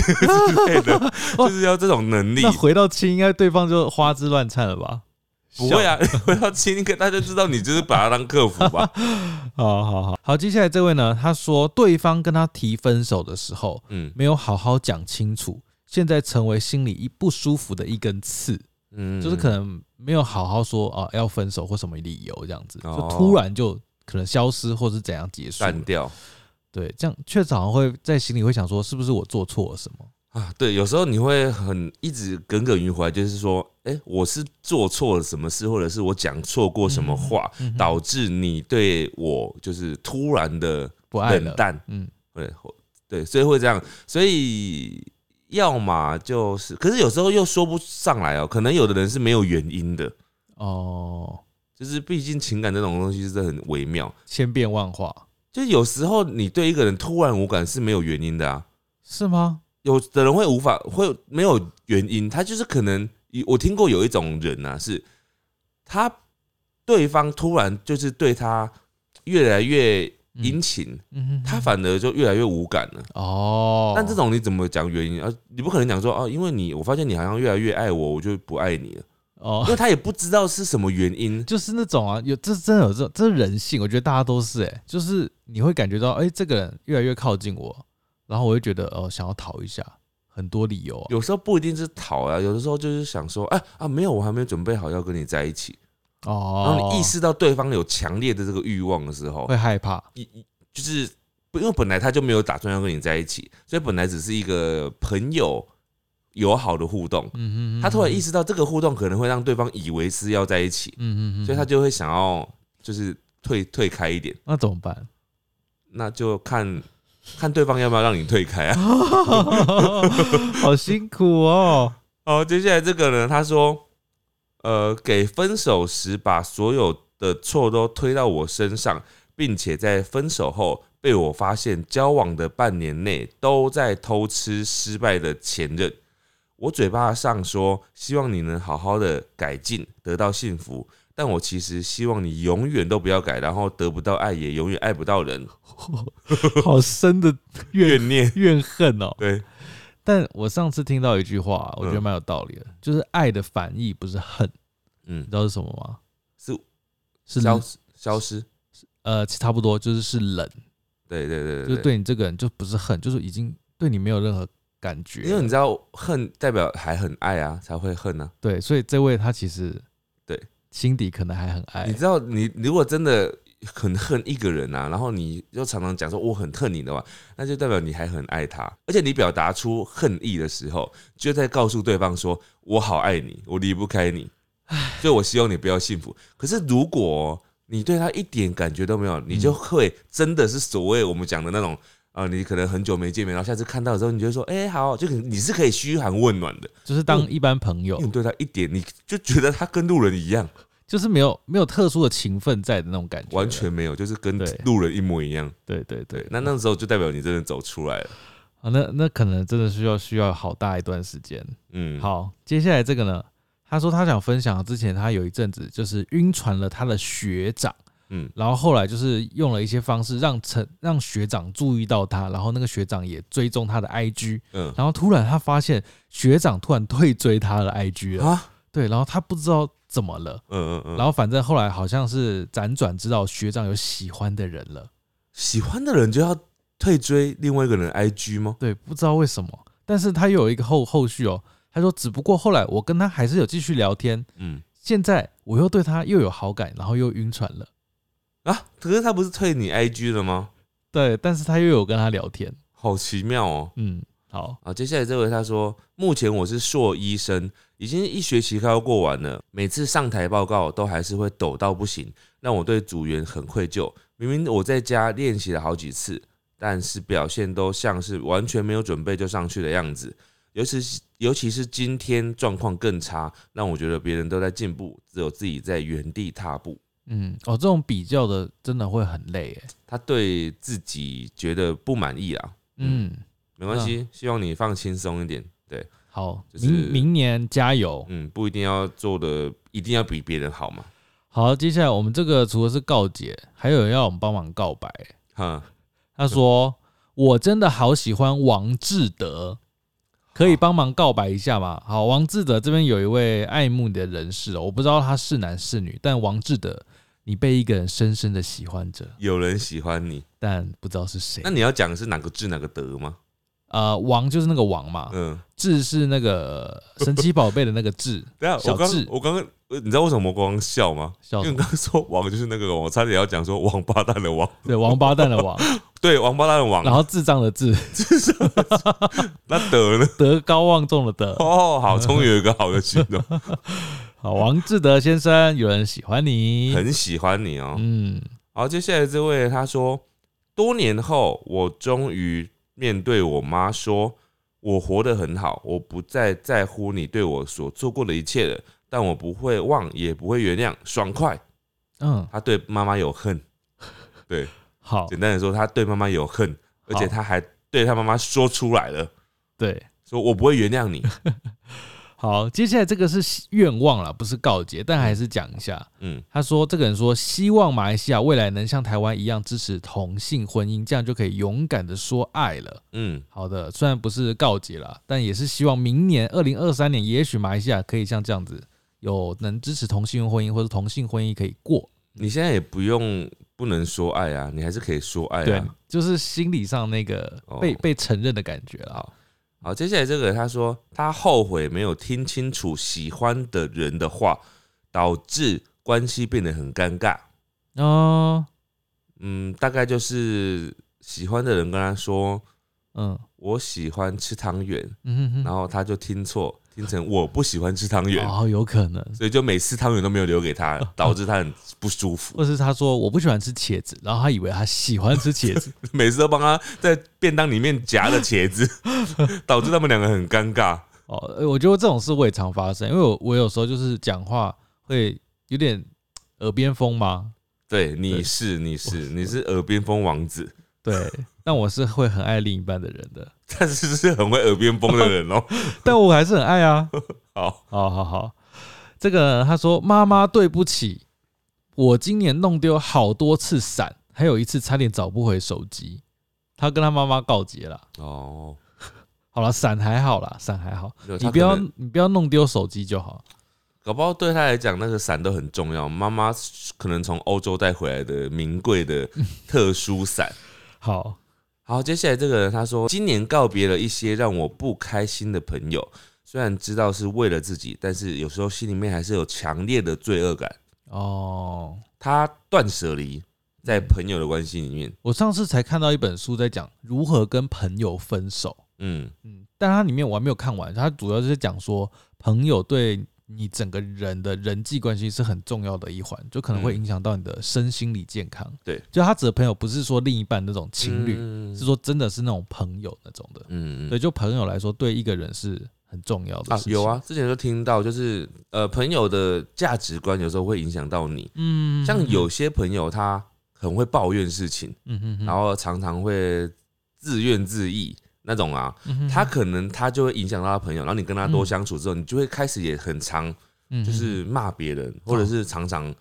类 *laughs* 的， *laughs* 就是要这种能力那。回到亲，应该对方就花枝乱颤了吧？不会啊， *laughs* 回到亲一个，他就知道你就是把他当客服 *laughs* 吧。好好好好，接下来这位呢，他说对方跟他提分手的时候，嗯没有好好讲清楚，现在成为心里一不舒服的一根刺，嗯，就是可能没有好好说啊要分手或什么理由这样子，哦就突然就可能消失或是怎样结束了。淡掉对，这样确实好像会在心里会想说，是不是我做错了什么？啊。对，有时候你会很一直耿耿于怀，就是说，哎、我是做错了什么事，或者是我讲错过什么话，嗯哼导致你对我就是突然的不爱冷了，淡，嗯，对对，所以会这样，所以要么就是，可是有时候又说不上来哦，可能有的人是没有原因的，哦，就是毕竟情感这种东西是很微妙，千变万化就有时候你对一个人突然无感是没有原因的啊，是吗？有的人会无法会没有原因，他就是可能我听过有一种人啊，是他对方突然就是对他越来越嗯殷勤，嗯哼他反而就越来越无感了。哦，但这种你怎么讲原因啊？你不可能讲说哦，因为你我发现你好像越来越爱我，我就不爱你了，哦。因为他也不知道是什么原因就是那种啊，有这真的有这种，这是人性，我觉得大家都是哎、就是你会感觉到哎、这个人越来越靠近我，然后我就觉得哦、想要逃一下，很多理由啊、有时候不一定是讨啊，有的时候就是想说，哎啊，没有，我还没准备好要跟你在一起。然哦，后你意识到对方有强烈的这个欲望的时候会，害怕一就是因为本来他就没有打算要跟你在一起，所以本来只是一个朋友友好的互动。嗯哼嗯哼，他突然意识到这个互动可能会让对方以为是要在一起，嗯嗯嗯，所以他就会想要就是退退开一点。那怎么办？ *laughs* 那就看 *laughs* 看对方要不要让你退开啊。好辛苦哦，好，接下来这个呢，他说，呃，给分手时把所有的错都推到我身上，并且在分手后被我发现，交往的半年内都在偷吃失败的前任。我嘴巴上说希望你能好好的改进，得到幸福，但我其实希望你永远都不要改，然后得不到爱，也永远爱不到人，好深的怨怨念。怨恨哦。对，但我上次听到一句话，我觉得嗯蛮有道理的，就是爱的反义不是恨，嗯你，知道是什么吗？是是消失消失。呃，差不多就是是冷。对对对就对是对你这个人就不是恨，就是已经对你没有任何感觉了。因为你知道恨代表还很爱啊，才会恨啊。对，所以这位他其实对心底可能还很爱你知道，你如果真的很恨一个人啊，然后你又常常讲说我很恨你的话，啊那就代表你还很爱他。而且你表达出恨意的时候，就在告诉对方说我好爱你，我离不开你，所以我希望你不要幸福。可是如果你对他一点感觉都没有，你就会真的是所谓我们讲的那种。啊、你可能很久没见面，然后下次看到的时候，你就会说，哎、好，就可能你是可以嘘寒问暖的，就是嗯当一般朋友因为，你对他一点，你就觉得他跟路人一样，就是没有没有特殊的情分在的那种感觉了，完全没有，就是跟对路人一模一样。对对对对，。那那时候就代表你真的走出来了。啊，那那可能真的需要需要好大一段时间。嗯，，好，接下来这个呢，他说他想分享之前他有一阵子就是晕船了他的学长。嗯，然后后来就是用了一些方式让成让学长注意到他，然后那个学长也追踪他的 IG，嗯然后突然他发现学长突然退追他的 IG 了，啊，对，然后他不知道怎么了？嗯嗯嗯，然后反正后来好像是辗转知道学长有喜欢的人了，喜欢的人就要退追另外一个人的 IG 吗？对，不知道为什么，但是他又有一个后后续哦，他说只不过后来我跟他还是有继续聊天，嗯现在我又对他又有好感，然后又晕船了，啊，可是他不是退你 IG 了吗？对，但是他又有跟他聊天，好奇妙哦。嗯，好，啊，接下来这位他说，目前我是硕医生，已经一学期快要过完了，每次上台报告都还是会抖到不行，让我对组员很愧疚。明明我在家练习了好几次，但是表现都像是完全没有准备就上去的样子。尤其是尤其是今天状况更差，让我觉得别人都在进步，只有自己在原地踏步。嗯，哦，这种比较的真的会很累，哎，他对自己觉得不满意啦，嗯，没关系，希望你放轻松一点。对，好，就是明明年加油，嗯，不一定要做的一定要比别人好嘛。好，接下来我们这个除了是告解，还有人要我们帮忙告白，哎哈，他说：“我真的好喜欢王志德，可以帮忙告白一下吗？”好，王志德这边有一位爱慕你的人士哦，我不知道他是男是女，但王志德，你被一个人深深的喜欢着，有人喜欢你，但不知道是谁那。你要讲是哪个志哪个德吗？呃，王就是那个王嘛，嗯，志是那 *laughs* 个神奇宝贝的那个志，等一下小我刚智我刚刚呃你知道为什么我刚刚笑吗？笑因什为么刚刚说王就是那个王，我差点要讲说王八蛋的王，对，王八蛋的王， *laughs* 对，王八蛋的王。然后智障的智，那 *laughs* 德呢？德高望重的德。哦，好，终于有一个好的形 *laughs* 容，好，王志德先生，有人喜欢你，很喜欢你哦。嗯，好，接下来这位他说，多年后我终于面对我妈说，我活得很好，我不再在乎你对我所做过的一切了，但我不会忘，也不会原谅，爽快。嗯，他对妈妈有恨，对，好，简单的说，他对妈妈有恨，而且好他还对他妈妈说出来了，对。说我不会 *laughs* 原谅你。好，接下来这个是愿望啦，不是告诫，但还是讲一下。嗯，他说，这个人说，希望马来西亚未来能像台湾一样支持同性婚姻，这样就可以勇敢的说爱了。嗯，好的，虽然不是告诫啦，但也是希望明年二零二三年，也许马来西亚可以像这样子，有能支持同性婚姻或者同性婚姻可以过。你现在也不用不能说爱啊，你还是可以说爱对啊。，就是心理上那个哦被、被承认的感觉啦。好，接下来这个他说他后悔没有听清楚喜欢的人的话，导致关系变得很尴尬。哦，嗯，大概就是喜欢的人跟他说嗯我喜欢吃汤圆，嗯哼哼，然后他就听错，听成我不喜欢吃汤圆，哦，有可能，所以就每次汤圆都没有留给他，导致他很不舒服。 *laughs* 或是他说我不喜欢吃茄子，然后他以为他喜欢吃茄 *laughs* 子，每次都帮他在便当里面夹了茄子， *laughs* 导致他们两个很尴尬。哦，呃我觉得这种事我也常发生，因为我我有时候就是讲话会有点耳边风嘛，对，你对是你是我你是耳边风王子， *laughs* 对，但我是会很爱另一半的人的，但是是很会耳边风的人哦。但我还是很爱 *laughs* 啊。好，好好好，这个他说妈妈对不起，我今年弄丢好多次伞，还有一次差点找不回手机，他跟他妈妈告捷了。哦，好了，伞还好啦，伞还好，有你他不可要能你不要弄丢手机就好。搞不好对他来讲，那个伞都很重要。妈妈可能从欧洲带回来的名贵的特殊伞。好，好，接下来这个人他说，今年告别了一些让我不开心的朋友，虽然知道是为了自己，但是有时候心里面还是有强烈的罪恶感。哦，他断舍离，在朋友的关系里面，我上次才看到一本书在讲如何跟朋友分手，嗯嗯，但它里面我还没有看完，它主要就是讲说朋友对你整个人的人际关系是很重要的一环，就可能会嗯影响到你的身心理健康。对，就他指的朋友不是说另一半那种情侣，嗯是说真的是那种朋友那种的。嗯对，就朋友来说，对一个人是很重要的啊事，情。有，啊，之前就听到，就是呃，朋友的价值观有时候会影响到你。嗯，像有，些朋友他很会抱怨事情，嗯嗯，然后常常会自怨自艾那种啊，嗯他可能他就会影响到他朋友，然后你跟他多相处之后，你就会开始也很常嗯就是骂别人，或者是常常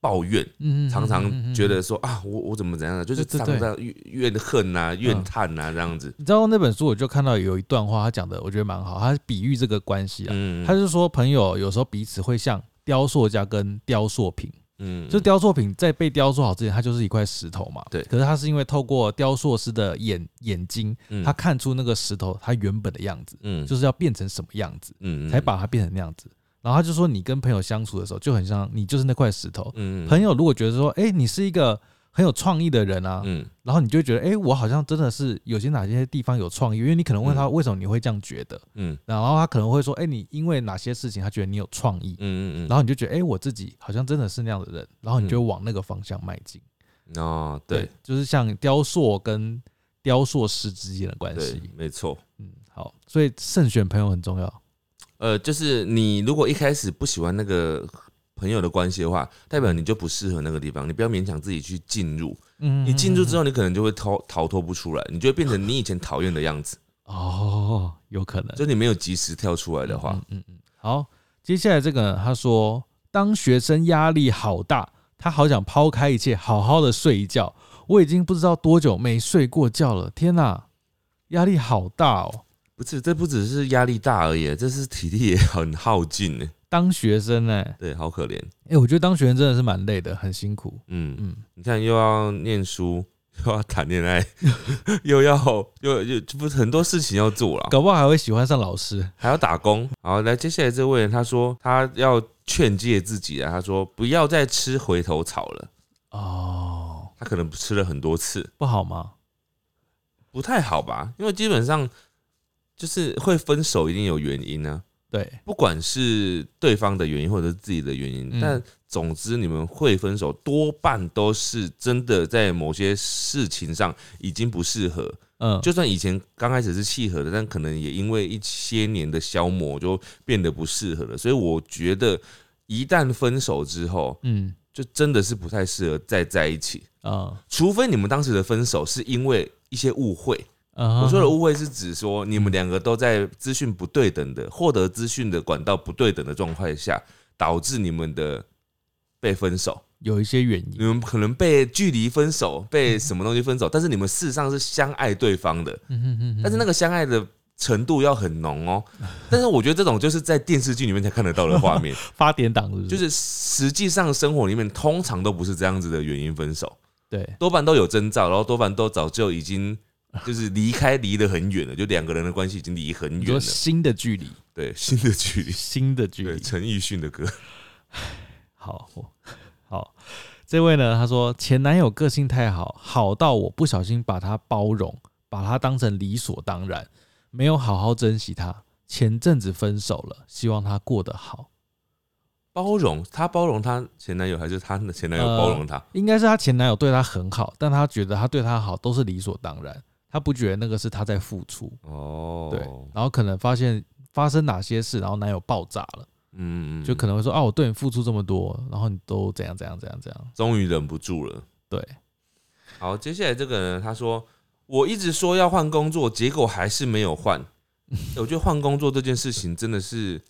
抱怨，嗯常常觉得说啊，我我怎么怎样的，就是对对常对常怨怨恨呐、怨叹呐这样子。你知道那本书，我就看到有一段话，他讲的我觉得蛮好，他比喻这个关系啊，嗯，他是说朋友有时候彼此会像雕塑家跟雕塑品。嗯，就雕塑品在被雕塑好之前，它就是一块石头嘛。对可是它是因为透过雕塑师的眼眼睛，嗯他看出那个石头它原本的样子，嗯就是要变成什么样子，嗯嗯才把它变成那样子。然后他就说，你跟朋友相处的时候，就很像你就是那块石头。嗯朋友如果觉得说，哎，你是一个很有创意的人啊，嗯然后你就会觉得，哎、我好像真的是有些哪些地方有创意，因为你可能问他为什么你会这样觉得，嗯然后他可能会说，哎、你因为哪些事情他觉得你有创意，嗯嗯然后你就觉得，哎、我自己好像真的是那样的人，然后你就往那个方向迈进。嗯哦对，就是像雕塑跟雕塑师之间的关对系。没错。嗯，好，所以慎选朋友很重要。呃，就是你如果一开始不喜欢那个朋友的关系的话，代表你就不适合那个地方，你不要勉强自己去进入。嗯，你进入之后，后，你可能就会逃逃脱不出来，你就会变成你以前讨厌的 *laughs* 样子。哦，有可能。就你没有及时跳出来的话，嗯嗯嗯。好，接下来这个呢他说，当学生压力好大，他好想抛开一切，好好的睡一觉。我已经不知道多久没睡过觉了，天哪、压力好大哦！不是这不只是压力大而已，这是体力也很耗尽呢。当学生呢、对，好可怜。哎、我觉得当学生真的是蛮累的，很辛苦。嗯，嗯，你看又要念书，又要谈恋爱， *laughs* 又要又又不是很多事情要做了，搞不好还会喜欢上老师。还要打工。好，来接下来这位人，他说他要劝诫自己啊，他说不要再吃回头草了。哦，他可能吃了很多次，不好吗？不太好吧？因为基本上就是会分手，一定有原因呢、对，不管是对方的原因或者是自己的原因，嗯但总之你们会分手，多半都是真的在某些事情上已经不适合。嗯，就算以前刚开始是契合的，但可能也因为一些年的消磨，就变得不适合了。所以我觉得，一旦分手之后，嗯就真的是不太适合再在一起，嗯除非你们当时的分手是因为一些误会。嗯，我说的误会是指说你们两个都在资讯不对等的、获得资讯的管道不对等的状态下，导致你们的被分手。有一些原你因。们可能被距离分手，被什么东西分手，但是你们事实上是相爱对方的，嗯哼哼哼但是那个相爱的程度要很浓哦。但是我觉得这种就是在电视剧里面才看得到的画 *laughs* 面，发点档是不是？就是实际上生活里面通常都不是这样子的原因分手。对，多半都有征兆，然后多半都早就已经就是离开，离得很远了，就两个人的关系已经离很你远说了。新的距离，对，新的距离。新的距对，离。陈奕迅的歌，好，我好，这位呢，他说前男友个性太好，好到我不小心把他包容，把他当成理所当然，没有好好珍惜他。前阵子分手了，希望他过得好。包容她包容她前男友，还是她的前男友包容她？应该是她前男友对她很好，但她觉得他对她好都是理所当然，她不觉得那个是她在付出。哦，对，然后可能发现发生哪些事，然后男友爆炸了。嗯，嗯嗯，就可能会说啊，我对你付出这么多，然后你都怎样怎样怎样怎样。终于忍不住了。对，好，接下来这个人他说，我一直说要换工作，结果还是没有 *laughs* 换。我觉得换工作这件事情真的是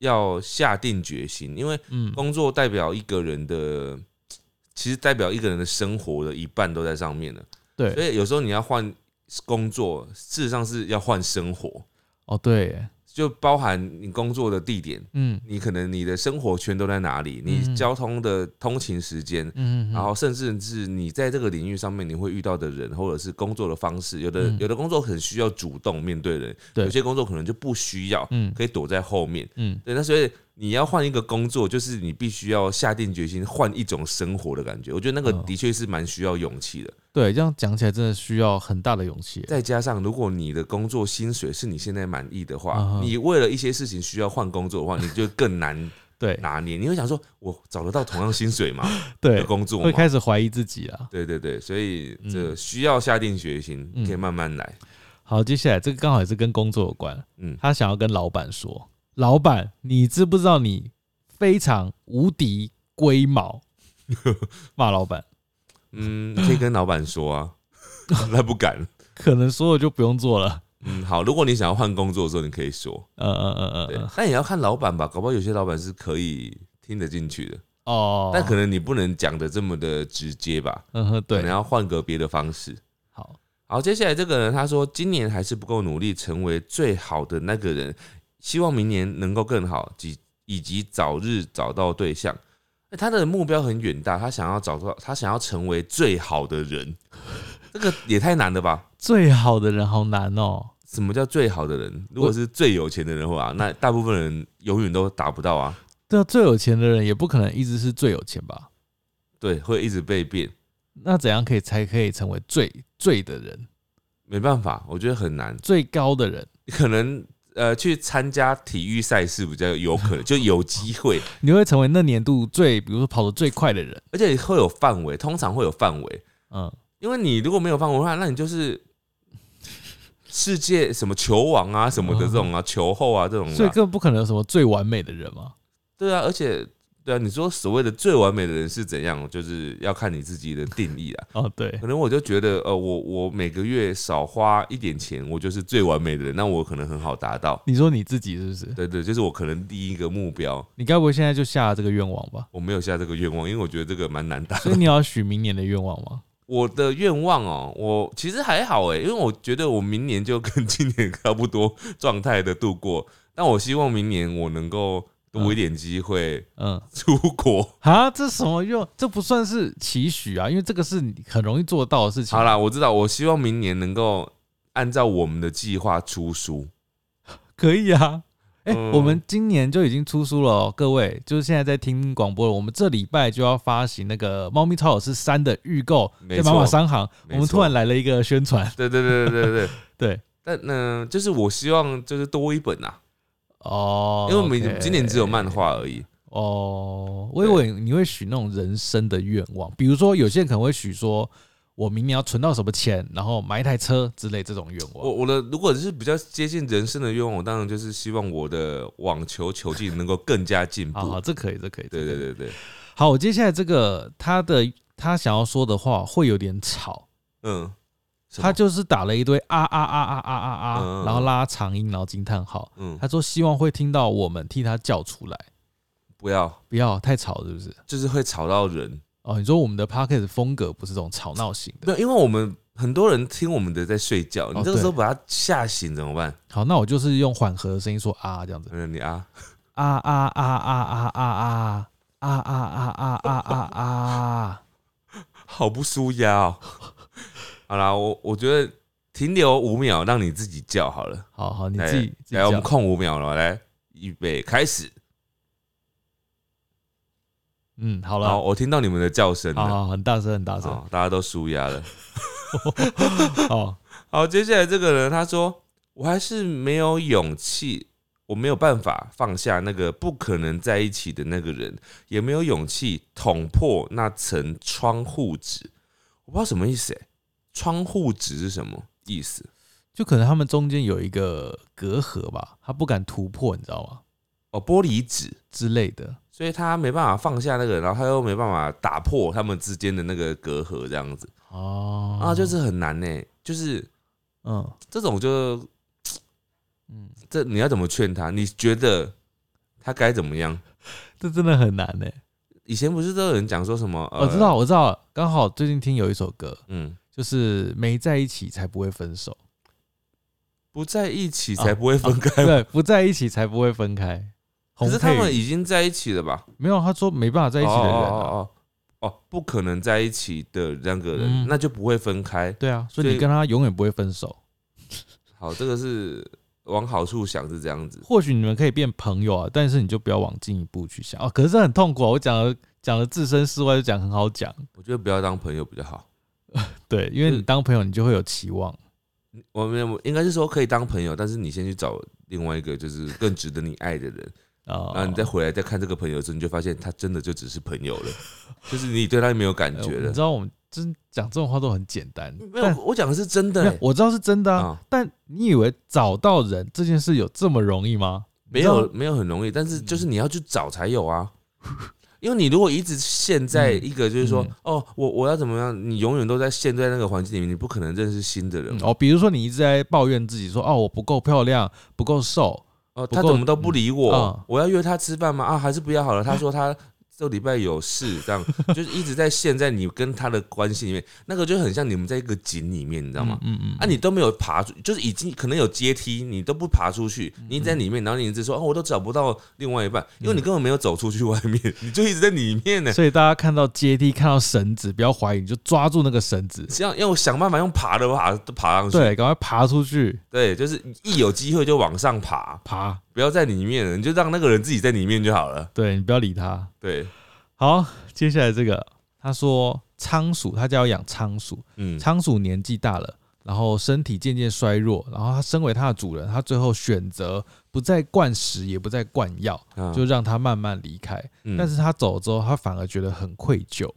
要下定决心，因为嗯，工作代表一个人的，其实代表一个人的生活的一半都在上面了。所对，以有时候你要换工作，事实上是要换生活，哦对耶，就包含你工作的地点，嗯你可能你的生活圈都在哪里，嗯你交通的通勤时间。嗯，嗯然后，甚至是你在这个领域上面，你会遇到的人，或者是工作的方式，有的嗯有的工作很需要主动面对人，对有些工作可能就不需要，嗯可以躲在后面。嗯，对，那所以你要换一个工作，就是你必须要下定决心换一种生活的感觉。我觉得那个嗯的确是蛮需要勇气的。对，这样讲起来真的需要很大的勇气耶。再加上，如果你的工作薪水是你现在满意的嗯话，哼你为了一些事情需要换工作的话，你就更难对拿捏。你会想说，我找得到同样薪水吗？的 *laughs* 对，工作会吗？开始怀疑自己了。对对对，所以这嗯需要下定决心，嗯可以慢慢来。好，接下来这个刚好也是跟工作有关，嗯，他想要跟老板说，老板，你知不知道你非常无敌龟毛？骂老板，嗯，你可以跟老板 *laughs* 说啊，他不敢。可能说了就不用做了。嗯，好，如果你想要换工作的时候，你可以说。嗯嗯嗯嗯对嗯，，但也要看老板吧，搞不好有些老板是可以听得进去的，哦，但可能你不能讲的这么的直接吧，嗯哼，可能对，要换个别的方式。好，好，接下来这个人他说，今年还是不够努力，成为最好的那个人，希望明年能够更好，即以及早日找到对象。欸他的目标很远大，他想要找到，他想要成为最好的人，这个也太难了吧？最好的人好难哦。什么叫最好的人？如果是最有钱的人的话，那大部分人永远都达不到啊。对啊，最有钱的人也不可能一直是最有钱吧？对，会一直被变，那怎样可以才可以成为最最的人、没办法，我觉得很难。最高的人？可能呃，去参加体育赛事比较有可能，就有机会，你会成为那年度最，比如说跑得最快的人。而且会有范围，通常会有范围。嗯，因为你如果没有放文化，那你就是世界什么球王啊什么的这种啊，球后啊这种嗯所以的啊、根本不可能有什么最完美的人嘛。对啊，而且对啊，你说所谓的最完美的人是怎样，就是要看你自己的定义啊。哦，对可能我就觉得，呃，我我每个月少花一点钱，我就是最完美的人，那我可能很好达到。你说你自己是不是？对对，就是我可能第一个目标，你该不会现在就下了这个愿望 *laughs* 吧？我没有下这个愿望，因为我觉得这个蛮难达所以你要许明年的愿望吗？我的愿望哦，我其实还好欸诶，因为我觉得我明年就跟今年差不多状态的度过，但我希望明年我能够多一点机会嗯，出国。啊，这什么愿？这不算是期许啊，因为这个是你很容易做到的事情。 *laughs* 好，啦，我知道，我希望明年能够按照我们的计划出书。可以啊。哎、嗯我们今年就已经出书了、哦，各位，就是现在在听广播了。我们这礼拜就要发行那个《猫咪超老师三》的预购，没在马马错商行。没我们突然错来了一个宣传，对对对对对对， *laughs* 对，但呢、就是我希望就是多一本啊，哦因，为我们今年只有漫画。画而已。哦，我以为你会许那种人生的愿望，比如说有些人可能会许说，我明年要存到什么钱，然后买一台车之类这种愿我望。我的如果是比较接近人生的愿望，我当然就是希望我的网球球技能够更加进好好，步。这可以，这可以。对这可对以。对对，好，我接下来这个他的他想要说的话会有点吵，嗯，什么他就是打了一堆啊啊啊啊啊啊嗯啊，嗯然后拉长音，然后惊叹号。嗯他说希望会听到我们替他叫出来，不要，不要太吵，是不是？就是会吵到人。哦，你说我们的 p o c k e t 风格不是这种吵闹型的。对，因为我们很多人听我们的在睡觉，你这个哦对时候把他吓醒怎么办？好，那我就是用缓和的声音说啊这样子。嗯，你啊，啊啊啊啊啊啊啊啊啊啊啊啊啊！好不舒压 *laughs* 哦。好啦，我我觉得停留五秒，让你自己叫好了。好好，你来自己自己哎来，我们讲。控五秒了，来，预备开始。嗯，好了，好，好我听到你们的叫声了，哦好，很大声，很大声。好，大家都舒压了。好，好，接下来这个人他说，我还是没有勇气，我没有办法放下那个不可能在一起的那个人，也没有勇气捅破那层窗户纸。我不知道什么意思、欸，窗户纸是什么意思？就可能他们中间有一个隔阂吧，他不敢突破，你知道吗？哦，玻璃纸。之类的。所以他没办法放下那个人，然后他又没办法打破他们之间的那个隔阂，这样子哦，啊，就是很难呢、就是嗯这种就嗯，这你要怎么劝他？你觉得他该怎么样？这真的很难呢。以前不是都有人讲说什么？呃哦我知道，，我知道，刚好最近听有一首歌，嗯，就是没在一起才不会分手，不在一起才不会分开。啊对，不在一起才不会分开。可洪是佩他们瑜已经在一起了吧？没有，他说没办法在一起的人啊。哦哦哦哦，不可能在一起的那个人，嗯那就不会分开。对啊，所以所你以跟他永远不会分手。好，这个是往好处想是这样子。或许你们可以变朋友啊，但是你就不要往进一步去想啊。可是这很痛苦啊，我讲了讲了置身事外就讲很好讲，我觉得不要当朋友比较好。对，因为你嗯当朋友你就会有期望，我没有，应该是说可以当朋友，但是你先去找另外一个就是更值得你爱的 *laughs* 人，啊，然后你再回来再看这个朋友的时候，你就发现他真的就只是朋友了，就是你对他没有感呃觉你了知。道我们真讲这种话都很简单，没有，我讲的是真的但没有欸。我知道是真的啊，啊但你以为找到人这件事有这么容易吗？没你有知嗯没有很容易，但是就是你要去找才有啊。因为你如果一直陷在一个就是说、嗯哦，我我要怎么样，你永远都在陷在那个环境里面，你不可能认识新的人嗯嘛。哦，比如说你一直在抱怨自己说哦我不够漂亮，不够瘦，哦，不他过怎么都不理我，嗯啊我要约他吃饭吗？啊，还是不要好了。他说他这礼拜有事，这样 *laughs* 就是一直在陷在你跟他的关系里面，那个就很像你们在一个井里面，你知道吗？嗯嗯啊，你都没有爬出，就是已经可能有阶梯，你都不爬出去，嗯你一直在里面，然后你一直说哦，我都找不到另外一半，因为你根本没有走出去外面，你就一直在里面呢。所以大家看到阶梯、看到绳子，不要怀疑，你就抓住那个绳子，这样要想办法用爬的爬都爬上去，对，赶快爬出去，对，就是一有机会就往上爬，爬，不要在里面了，你就让那个人自己在里面就好了。对你不要理他。对，好，接下来这个，他说仓鼠，他家要养仓鼠，嗯，仓鼠年纪大了，然后身体渐渐衰弱，然后它身为它的主人，它最后选择不再灌食，也不再灌药，啊就让它慢慢离开。嗯但是它走之后，它反而觉得很愧疚，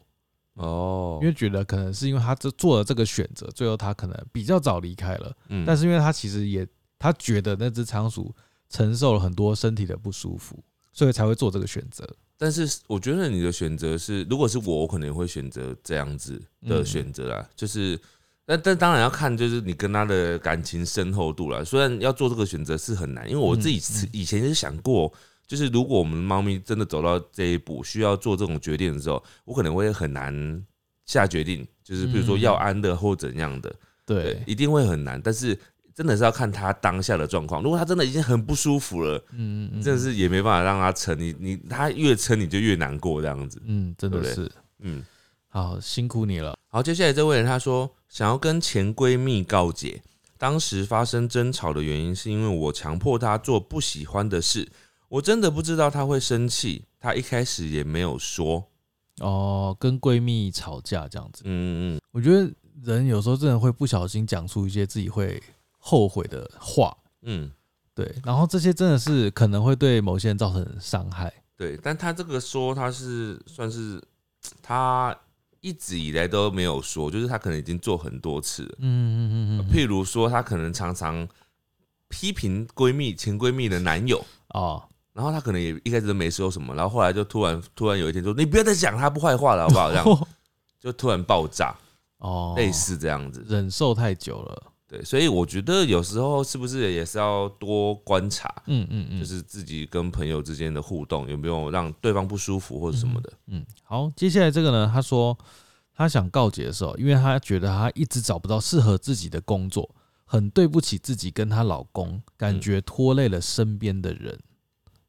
哦因，为觉得可能是因为它这做了这个选择，最后它可能比较早离开了。嗯但是因为它其实也，它觉得那只仓鼠承受了很多身体的不舒服，所以才会做这个选择。但是我觉得你的选择是，如果是我，我可能会选择这样子的选择啦，就是。但但当然要看，就是你跟他的感情深厚度啦。虽然要做这个选择是很难，因为我自己是以前是想过，就是如果我们猫咪真的走到这一步，需要做这种决定的时候，我可能会很难下决定，就是比如说嗯要安乐或怎样的。对对，，一定会很难。但是真的是要看他当下的状况。如果他真的已经很不舒服了，嗯嗯嗯，真的是也没办法让他撑。你你他越撑你就越难过这样子。嗯，真的对不是嗯，好辛苦你了。好，接下来这位人他说想要跟前闺蜜告解，当时发生争吵的原因是因为我强迫她做不喜欢的事，我真的不知道她会生气，她一开始也没有说。哦，跟闺蜜吵架这样子，嗯嗯我觉得人有时候真的会不小心讲出一些自己会后悔的话，嗯，对，然后这些真的是可能会对某些人造成伤害，对，但他这个说他是算是他一直以来都没有说，就是他可能已经做很多次了。嗯嗯嗯嗯，譬如说，他可能常常批评闺蜜、前闺蜜的男友， *laughs* 哦，然后他可能也一开始都没说什么，然后后来就突然突然有一天说：“你不要再讲他不坏话了，好 *laughs* 不好？”这样就突然爆炸，哦，类似这样子。忍受太久了，对，所以我觉得有时候是不是也是要多观察，嗯嗯嗯，就是自己跟朋友之间的互动有没有让对方不舒服或者什么的。嗯，好，接下来这个呢，他说他想告解的时候，因为他觉得他一直找不到适合自己的工作，很对不起自己跟她老公，感嗯觉拖累了身边的人，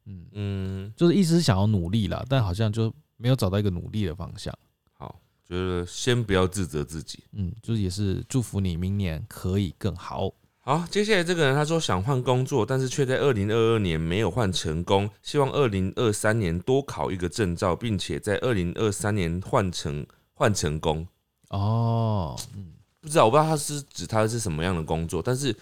嗯嗯，就是一直是想要努力啦，但好像就没有找到一个努力的方向。好，觉得先不要自责自己。嗯，就是也是祝福你明年可以更好。好，接下来这个人他说想换工作，但是却在二零二二年没有换成功，希望二零二三年多考一个证照，并且在二零二三年换成换成功。哦，嗯不知道，我不知道他是指他是什么样的工作，但是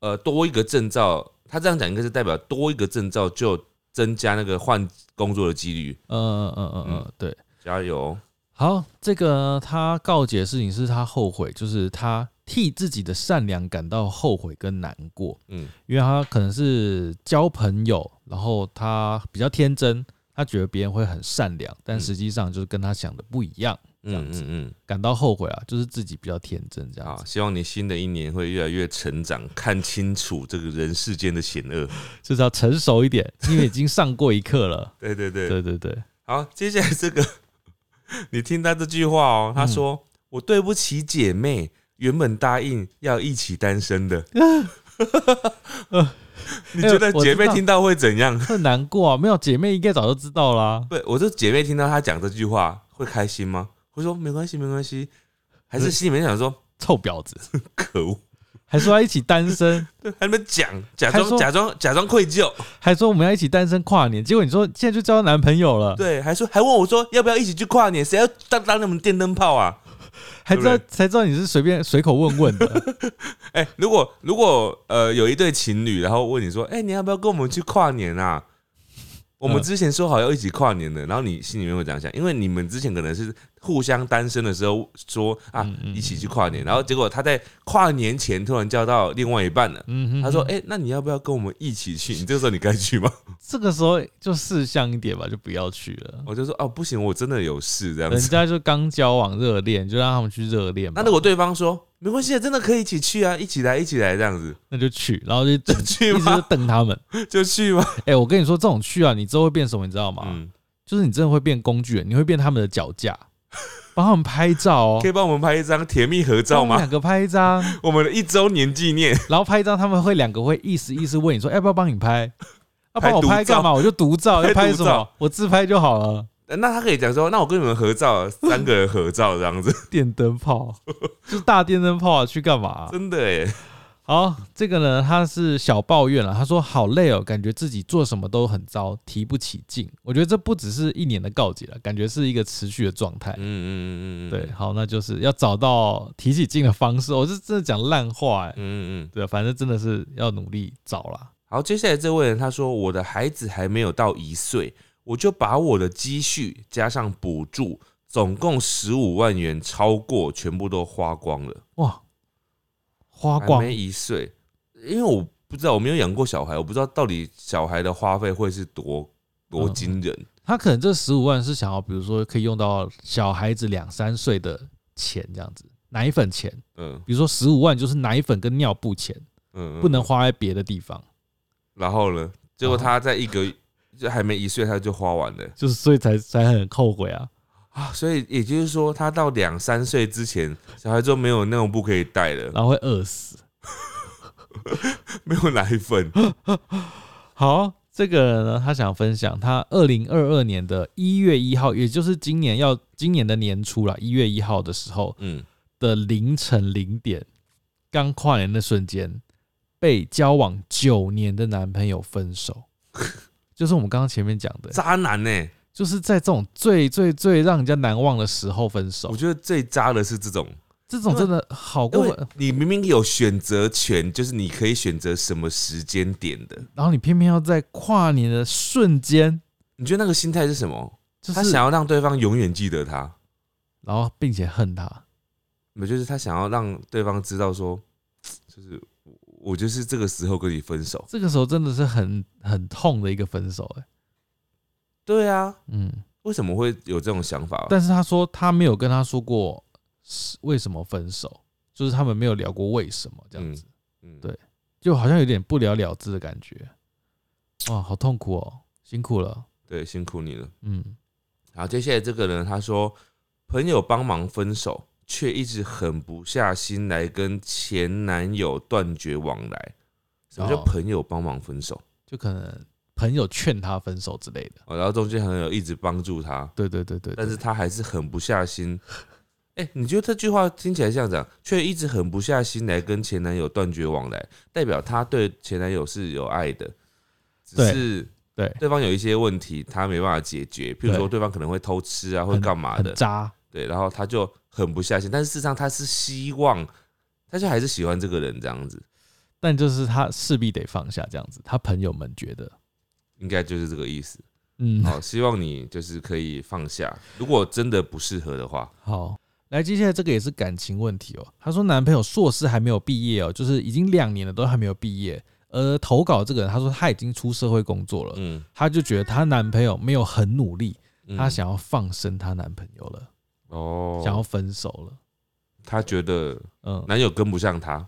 呃，多一个证照，他这样讲应该是代表多一个证照就增加那个换工作的几率。嗯嗯嗯嗯嗯，对。加油！好，这个呢他告解的事情是他后悔，就是他替自己的善良感到后悔跟难过，嗯因为他可能是交朋友，然后他比较天真，他觉得别人会很善良，但嗯实际上就是跟他想的不一样，这嗯样子嗯感到后悔啊，就是自己比较天真这嗯，样好，子，希望你新的一年会越来越成长，看清楚这个人世间的险恶。。就是要成熟一点，因为已经上过一课了对对 *laughs* 对，对对对，好，接下来这个， *laughs* 你听他这句话嗯哦，他说：“我对不起姐妹，原本答应要一起单身 *laughs* 的。你觉哎得姐妹听到会怎样？很难过啊，没有姐妹应该早就知道啦。不，我说姐妹听到他讲这句话会开心吗？会说没关系，没关系，还是心里面想说臭婊 *laughs* 子，可恶，还说要一起单身，还没讲，假还装说假装假装愧疚，还说我们要一起单身跨年，结果你说现在就交到男朋友了，对，还说还问我说要不要一起去跨年，谁要当当你们电灯泡啊？还知道对不才知道你是随便随口问问 *laughs* 的，哎、如果如果呃有一对情侣，然后问你说，哎、你要不要跟我们去跨年啊？我们嗯之前说好要一起跨年的，然后你心里面会这样想，因为你们之前可能是互相单身的时候说啊嗯嗯一起去跨年，然后结果他在跨年前突然叫到另外一半了，嗯哼，他说，哎、那你要不要跟我们一起 *laughs* 去？你这个时候你该去吗？这个时候就事项一点吧，就不要去了。我就说哦不行，我真的有事这样人子。家就刚交往热恋，就让他们去热恋吧那，如果对方说没关系，真的可以一起去啊，一起来一起来这样子，那就去，然后就等， *laughs* 去一直吗 *laughs* 就等他们。就去吗？哎，我跟你说，这种去啊，你之后会变什么，你知道吗？嗯，就是你真的会变工具人，你会变他们的脚 *laughs* 架，帮他们拍照哦，可以帮我们拍一张甜蜜合照帮他们吗两？个拍一张，我们的一周年纪念，然后拍一张，他们会两个会意思意思问你说要不要帮你 *laughs* 拍，要、拍帮我独拍干照嘛？我就独照，要拍拍独什么照？我自拍就好了。 *laughs* 那他可以讲说，那我跟你们合 *laughs* 照，三个人合照这样子，电灯 *laughs* 泡就是大电灯泡啊，去干嘛啊、真的哎，好，这个呢，他是小抱怨了，他说好累哦，感觉自己做什么都很糟，提不起劲。我觉得这不只是一年的告解了，感觉是一个持续的状态。嗯嗯嗯嗯，嗯对，，好，那就是要找到提起劲的方式。我、是真的讲烂话哎、嗯嗯嗯。对，反正真的是要努力找啦。好，接下来这位人他说，我的孩子还没有到一岁，我就把我的积蓄加上补助，总共十五万元超过，全部都花光了。哇，花还光没一岁，因为我不知道，我没有养过小孩，我不知道到底小孩的花费会是多多嗯惊人。他可能这十五万是想要，比如说可以用到小孩子两三岁的钱这样子，奶粉钱，嗯比如说十五万就是奶粉跟尿布钱，嗯，嗯不能嗯花在别的地方，然后呢？结哦果他在一个就还没一岁，他就花完了就是所以才才很后悔啊。啊！所以也就是说，他到两三岁之前，小孩就没有尿布可以带了，然后会饿死。没有奶粉。啊好，这个人呢，他想分享他二零二二年的一月一号，也就是今年要今年的年初啦，一月一号的时候嗯，的凌晨零点，刚跨年的瞬间，被交往九年的男朋友分手， *laughs* 就是我们刚刚前面讲的，渣男呢、欸就是在这种最最最让人家难忘的时候分手我，觉得最渣的是这种，这种真的好哦因过为分。你明明有选择权，就是你可以选择什么时间点的。然后你偏偏要在跨年的瞬间，你觉得那个心态是什么？就是他想要让对方永远记得他，然后并且恨他，没有就是他想要让对方知道说，就是我我就是这个时候跟你分手。这个时候真的是很很痛的一个分手、欸，对啊，嗯。为什么会有这种想法？但是他说他没有跟他说过是为什么分手，就是他们没有聊过为什么这样子，嗯对就好像有点不了了之的感觉。哇，好痛苦哦，辛苦了，对，辛苦你了。嗯，然后接下来这个人他说，朋友帮忙分手，却一直狠不下心来跟前男友断绝往来。什么叫哦朋友帮忙分手？就可能朋友劝他分手之类的。哦，然后中间很有一直帮助他，对对对对对但是他还是狠不下心。 *laughs* 哎、你觉得这句话听起来像这样，却一直狠不下心来跟前男友断绝往来，代表他对前男友是有爱的，只对是对，对方有一些问题他没办法解决，譬如说对对方可能会偷吃啊，会很干嘛很的，渣，对，然后他就狠不下心，但是事实上他是希望，他就还是喜欢这个人这样子，但就是他势必得放下这样子。他朋友们觉得，应该就是这个 *laughs* 意思。嗯，好，希望你就是可以放下，如果真的不适合的话，好，来，接下来这个也是感情问题哦。她说男朋友硕士还没有毕业哦，就是已经两年了都还没有毕业。而投稿这个人，她说她已经出社会工作了，嗯，她就觉得她男朋友没有很努力，嗯她想要放生她男朋友了，哦，想要分手了。他觉得嗯，男友跟不上她，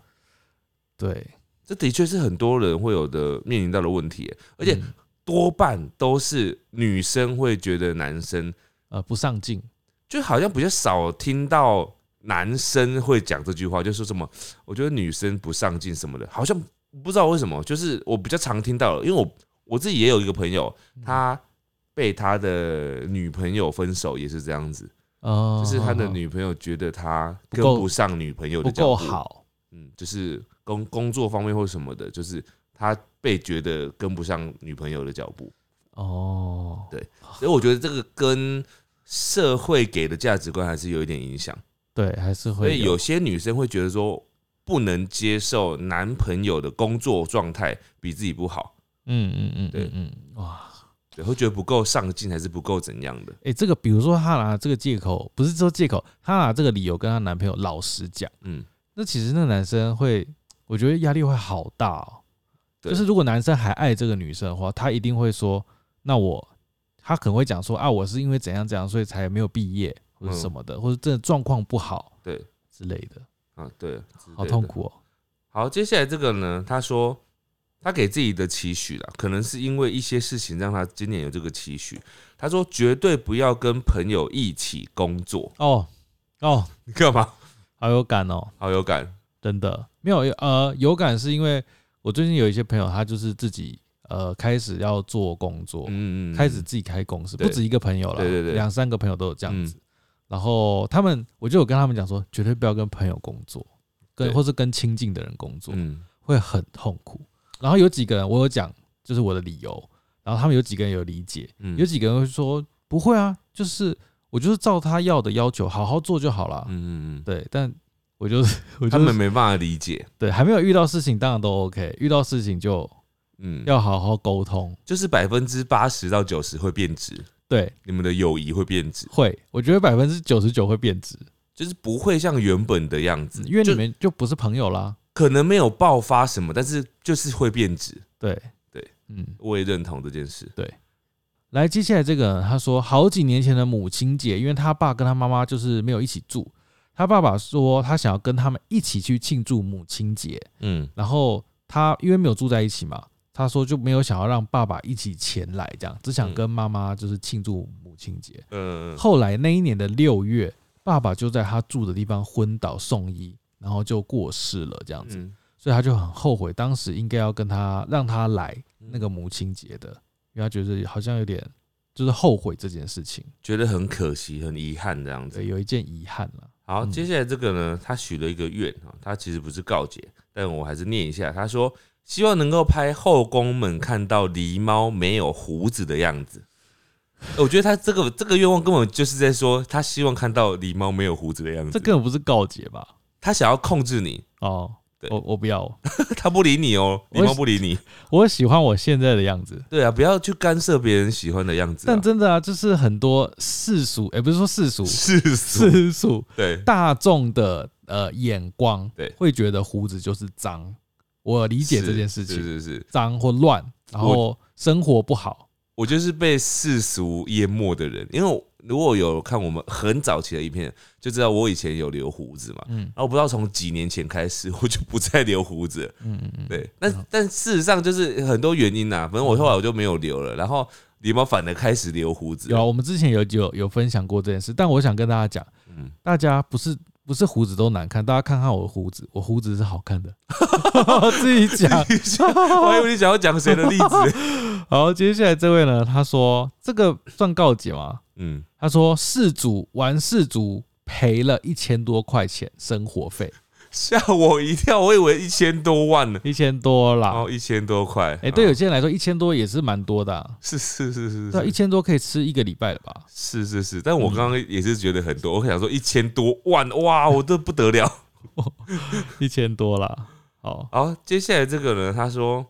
对，这的确是很多人会有的面临到的问题耶，而且嗯多半都是女生会觉得男生，呃不上进，就好像比较少听到男生会讲这句话，就说什么我觉得女生不上进什么的，好像不知道为什么，就是我比较常听到了，因为我我自己也有一个朋友，嗯他被他的女朋友分手也是这样子，呃，就是他的女朋友觉得他不跟够不上女朋友的哦不脚步够好，嗯，就是工工作方面或什么的，就是他被觉得跟不上女朋友的脚步，哦，对所以我觉得这个跟社会给的价值观还是有一点影响。对，还是所会以有些女生会觉得说，不能接受男朋友的工作状态比自己不好，嗯嗯嗯，对嗯嗯，哇，对，会觉得不够上进还是不够怎样的。哎、这个比如说她拿这个借口，不是说借口，她拿这个理由跟她男朋友老实讲。嗯，那其实那男生会，我觉得压力会好大哦。对就是如果男生还爱这个女生的话，他一定会说，那我，他可能会讲说啊，我是因为怎样怎样，所以才没有毕业或者什么的，或者真的状况不好，嗯对之类的，啊，对，之好类痛的。苦哦。好，接下来这个呢，他说他给自己的期许啦，可能是因为一些事情让他今年有这个期许。他说绝对不要跟朋友一起工作，哦哦，你干嘛？好有感哦，好有感，真的没有呃有感是因为我最近有一些朋友，他就是自己呃开始要做工作，嗯开始自己开公司，对不止一个朋友了，对对对两三个朋友都有这样子。然后他们，我就有跟他们讲说，绝对不要跟朋友工作，跟对或是跟亲近的人工作，嗯，会很痛苦。然后有几个人我有讲，就是我的理由，然后他们有几个人有理解，嗯有几个人会说不会啊，就是我就是照他要的要求好好做就好了。嗯嗯嗯，啊对，但我就是 *laughs* 我他就是们没办法理解，对还没有遇到事情，当然都 OK，遇到事情就嗯，要好好沟通。就是百分之八十到九十会变质，对，你们的友谊会变质，会，我觉得百分之九十九会变质，就是不会像原本的样子，因为你嗯就们就不是朋友啦。可能没有爆发什么，但是就是会变质。对对，嗯，我也认同这件事。来，接下来这个人他说，好几年前的母亲节，因为他爸跟他妈妈就是没有一起住，他爸爸说他想要跟他们一起去庆祝母亲节，嗯然后他因为没有住在一起嘛，他说就没有想要让爸爸一起前来，这样只想跟妈妈就是庆祝母亲节。嗯后来那一年的六月，爸爸就在他住的地方昏倒送医，然后就过世了，这样子，嗯，所以他就很后悔，当时应该要跟他让他来那个母亲节的，因为他觉得好像有点就是后悔这件事情，觉得很可惜，很遗憾这样子对，。有一件遗憾了。好，嗯接下来这个呢，他许了一个愿啊，他其实不是告解，但我还是念一下。他说希望能够拍后宫们看到狸猫没有胡子的样子。 *laughs* 欸我觉得他这个这个愿望根本就是在说，他希望看到狸猫没有胡子的样子。这根本不是告解吧？他想要控制你， *laughs* 哦，对我我不要，他不理你哦，我狸猫不理你。我喜欢我现在的样子。对啊，不要去干涉别人喜欢的样子啊、但 *laughs* 真的啊，就是很多世俗，也、不是说世俗，世俗世俗对，大众的呃眼光，对会觉得胡子就是脏。我理理解这件事情，是是是，脏或乱，然后生活不好，我就是被世俗淹没的人，因为我如果有看我们很早期的影片，就知道我以前有留胡子嘛，嗯然后我不知道从几年前开始，我就不再留胡子了，嗯嗯嗯，对，但、但事实上就是很多原因呐、啊反正我后来我就没有留了，然后狸猫反而开始留胡子，有啊，我们之前有有有分享过这件事，但我想跟大家讲，嗯，大家不是不是胡子都难看，大家看看我的胡子，我胡子是好看的， *laughs* 自己讲。 *laughs* 我还以为你想要讲谁的 *laughs* 例子，好，接下来这位呢，他说这个算告解吗？嗯，他说事主玩事主赔了一千多块钱生活费，吓我一跳，我以为一千多万呢，一千多啦。哦，一千多块，哎、对有哦，些人来说，一千多也是蛮多的、啊，是是是是，对啊，是一千多可以吃一个礼拜了 *laughs* 吧？是是是，但我刚嗯刚也是觉得很多，我想说一千多万，哇，我这不 *laughs* 得了。一千多啦，哦好，好，接下来这个呢，他说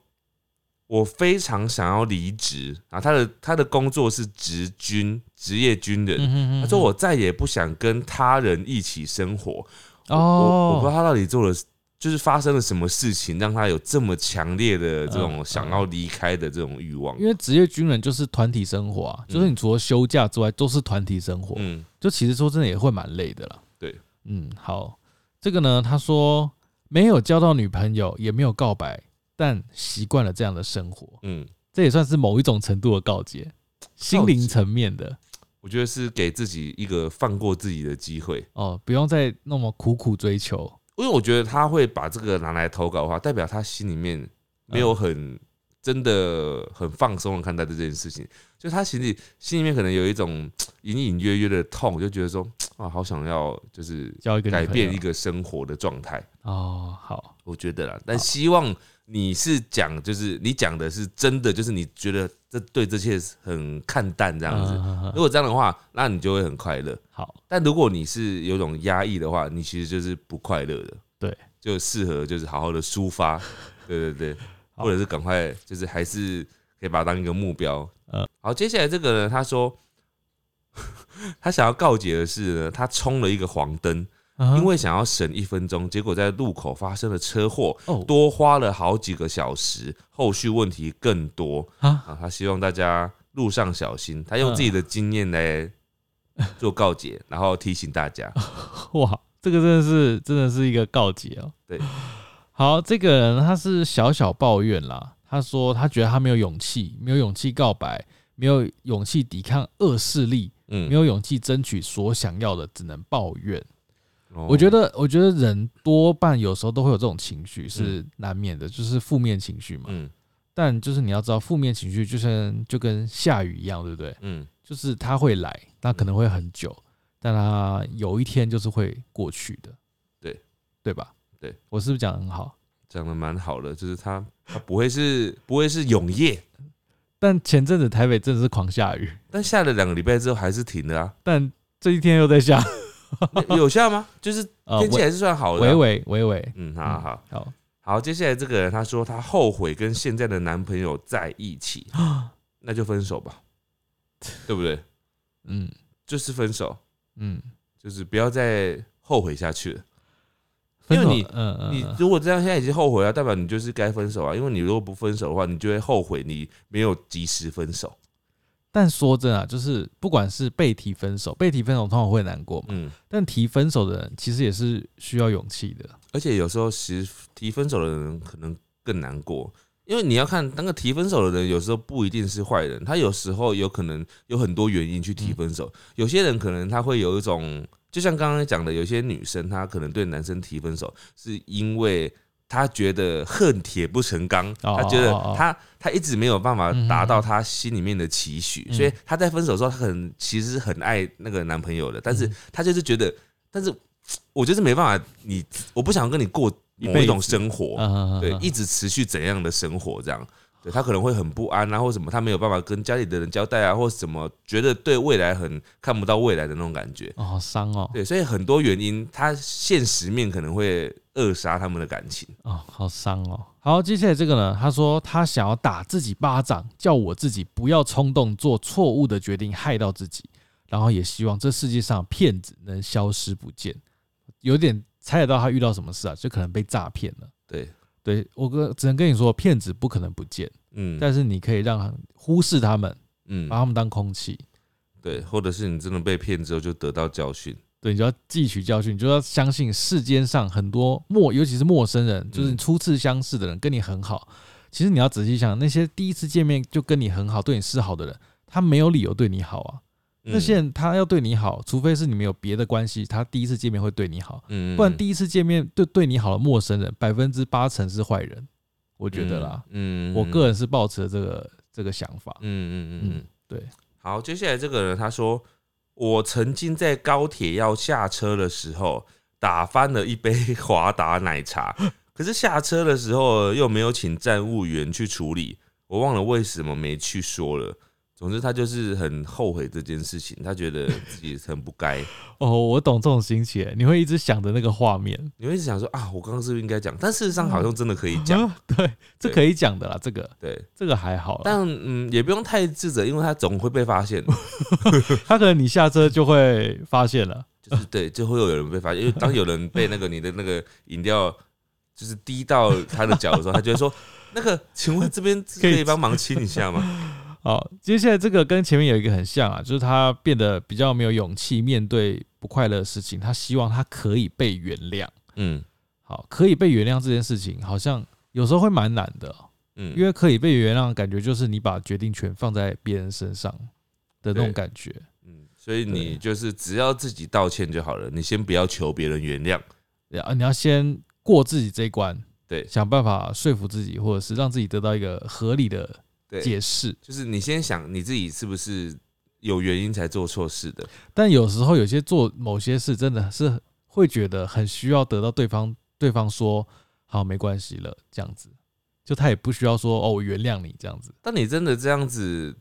我非常想要离职啊，他的他的工作是职军，职业军人。嗯他说呃啊我再也不想跟他人一起生活。我我不知哦，道他到底做了，就是发生了什么事情，让他有这么强烈的嗯这种嗯想要离开的这种欲望因。为职业军人就是团体生活啊，就是你除了休假之外都是团体生活，嗯，就其实说真的也会蛮累的啦。对，嗯，好，这个呢，他说没有交到女朋友，也没有告白，但习惯了这样的生活，嗯，这也算是某一种程度的告诫，心灵层面的我觉得是给自己一个放过自己的机会。哦，不用再那么苦苦追求。因为我觉得他会把这个拿来投稿的话，代表他心里面没有很真的很放松的看待这件事情，就他心里心里面可能有一种嘖隐隐约约的痛，就觉得说啊，好想要就是交一个女朋改友变一个生活的状态，哦，好，我觉得啦，但希望你是讲就是你讲的是真的，就是你觉得这对这些很看淡这这样子。如子。果这样的话，那你就会很快乐。嗯好，但如果你是有种压抑的话，你其实就是不快乐的。对，就适合就是好好的抒 *laughs* 发，对对对，好或者是赶快就是还是可以把它当一个目标。嗯好，接下来这个呢，他说 *laughs* 他想要告解的是呢，他冲了一个黄灯，啊嗯因为想要省一分钟，结果在路口发生了车祸，哦多花了好几个小时，后续问题更多啊，啊。他希望大家路上小心，他用自己的经验 *laughs* 来做告解，然后提醒大家。哇，这个真的是 *sighs* 真的是一个告诫哦。对，好，这个人他是小小抱怨啦，他他说他觉得他没有勇气，没有勇气告白，没有勇气抵抗恶势力，嗯没有勇气争取所想要的，只能抱怨。哦我觉得，我觉得人多半有时候都会有这种情绪，是难免的，就是负面情绪嘛。嗯但就是你要知道，负面情绪就像就跟下雨一样，对不对？嗯就是它会来，那可能会很久，但它有一天就是会过去的。对，对吧？对，我是不是讲得很好？讲的蛮好的，就是他他不会是不会是永夜，但前阵子台北真的是狂下雨， *laughs* 但下了两个礼拜之后还是停的啊，但这一天又在 *laughs* 下，那有下吗？就是呃，天气微还是算好的啊、微微微微，嗯，好好好。好，好，接下来这个人他说他后悔跟现在的男朋友在一起，那就分手吧，对不对？ *gasps* 嗯就是分手，嗯，就是不要再后悔下去了。分手因为你嗯嗯，你嗯如果这样现在已经后悔了，代表你就是该分手啊。因为你如果不分手的话，你就会后悔你没有及时分手。但说真的啊，就是不管是被提分手，被提分手通常会难过嘛，嗯，但提分手的人其实也是需要勇气的。而且有时候其实提分手的人可能更难过，因为你要看那个提分手的人，有时候不一定是坏人，他有时候有可能有很多原因去提分嗯手。有些人可能他会有一种，就像刚刚讲的，有些女生她可能对男生提分手，是因为她觉得恨铁不成钢，哦她觉得哦哦她她一直没有办法达嗯到嗯嗯她心里面的期许，嗯所以她在分手的时候，她很其实是很爱那个男朋友的，但是嗯她就是觉得，但是我就是没办法，你我不想跟你过一辈某一子种生活，嗯，嗯对，嗯一直持续怎样的生活这样。对他可能会很不安啊，或什么，他没有办法跟家里的人交代啊，或什么，觉得对未来很看不到未来的那种感觉。哦，好伤哦，对，所以很多原因，他现实面可能会扼杀他们的感情。哦，好伤哦。好，接下来这个呢，他说他想要打自己巴掌，叫我自己不要冲动做错误的决定，害到自己，然后也希望这世界上骗子能消失不见。有点猜得到他遇到什么事啊，就可能被诈骗了。对，对我跟只能跟你说，骗子不可能不见，嗯，但是啊你可以让他忽视他们，嗯把，他们当空气。对，或者是你真的被骗之后就得到教训，对，你就要汲取教训，你就要相信世间上很多陌，尤其是陌生人，就是你初次相识的人跟你很好，其实你要仔细想，那些第一次见面就跟你很好、对你示好的人，他没有理由对你好啊。嗯那些人他要对你好，除非是你们有别的关系，他第一次见面会对你好，嗯，嗯不然第一次见面对对你好的陌生人，百分之八成是坏人，我觉得啦，，嗯我个人是抱持了这个这个想法。嗯嗯嗯嗯嗯，对。好，接下来这个人他说，我曾经在高铁要下车的时候打翻了一杯华达奶茶， *laughs* 可是下车的时候又没有请站务员去处理，我忘了为什么没去说了。总之，他就是很后悔这件事情，他觉得自己很不该。 *laughs* 哦，我懂这种心情，你会一直想着那个画面，你会一直想说啊，我刚刚是不是应该讲？但事实上好像真的可以讲，啊，对，这 *laughs* 对可以讲的啦，这个对。这个还好啦，但嗯，也不用太自责，因为他总会被发现。他可能你下车就会发现了，就是 *laughs* 对，就会有人被发现，因为当有人被那个你的那个饮料就是滴到他的脚的时候，他就会说：“那个，请问这边可以帮忙清一下吗好，接下来这个跟前面有一个很像啊，就是他变得比较没有勇气面对不快乐的事情，他希望他可以被原谅。？”嗯好，可以被原谅这件事情，好像有时候会蛮难的哦，嗯，因为可以被原谅，感觉就是你把决定权放在别人身上的那对种感觉。嗯，所以你就是只要自己道歉就好了，你先不要求别人原谅。对啊，你要先过自己这一关，对想办法说服自己，或者是让自己得到一个合理的对，解释。就是你先想你自己是不是有原因才做错事的。但有时候有些做某些事，真的是会觉得很需要得到对方对方说好没关系了这样子，就他也不需要说哦我原谅你这样子。？当你真的这样子。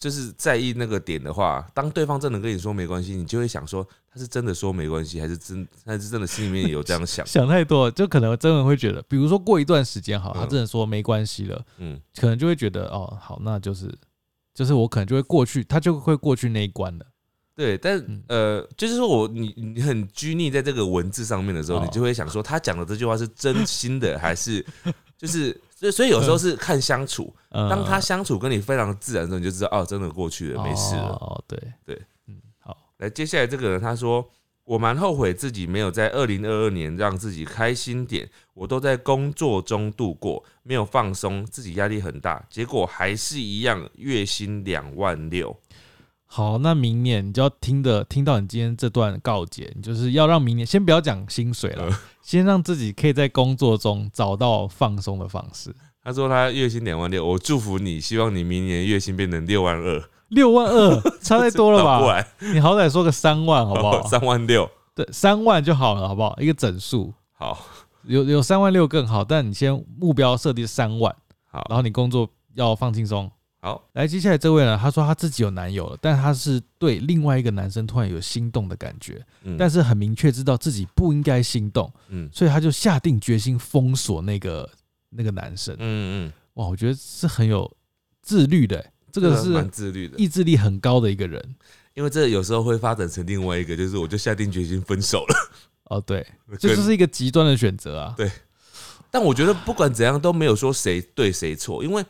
就是在意那个点的话，当对方真的跟你说没关系，你就会想说他是真的说没关系，还是真还是真的心里面有这样想想太多了，就可能真的会觉得，比如说过一段时间好，他嗯真的说没关系了，嗯，可能就会觉得哦好，那就是就是我可能就会过去，他就会过去那一关了。对，但嗯呃，就是说我你你很拘泥在这个文字上面的时候，哦你就会想说，他讲的这句话是 *laughs* 真心的还是就是，所以所以有时候是看相处，嗯，当他相处跟你非常自然的时候，你就知道哦，真的过去了，没事了。哦，对对，嗯，好，来，接下来这个人他说，我蛮后悔自己没有在二零二二年让自己开心点，我都在工作中度过，没有放松，自己压力很大，结果还是一样，月薪两万六。好，那明年你就要听的听到你今天这段告解，你就是要让明年先不要讲薪水嗯了， *laughs* 先让自己可以在工作中找到放松的方式。他说他月薪两万六，我祝福你，希望你明年月薪变成六万二，六万二差太多了 *laughs* 倒过吧？来，你好歹说个三万好不好？ *laughs* 三万六，对，三万就好了，好不好？一个整数，好有有三万六更好，但你先目标设定三万，然好后你工作要放轻松。好，来，接下来这位呢，她说她自己有男友了，但她是对另外一个男生突然有心动的感觉，嗯但是很明确知道自己不应该心动，嗯所以她就下定决心封锁那个那个男生。嗯嗯，哇，我觉得是很有自律的欸、这这个蛮是自律的，意志力很高的一个人。因为这有时候会发展成另外一个，就是我就下定决心分手了。哦，对，这跟就是一个极端的选择啊。对但我觉得不管怎样都没有说谁对谁错，因为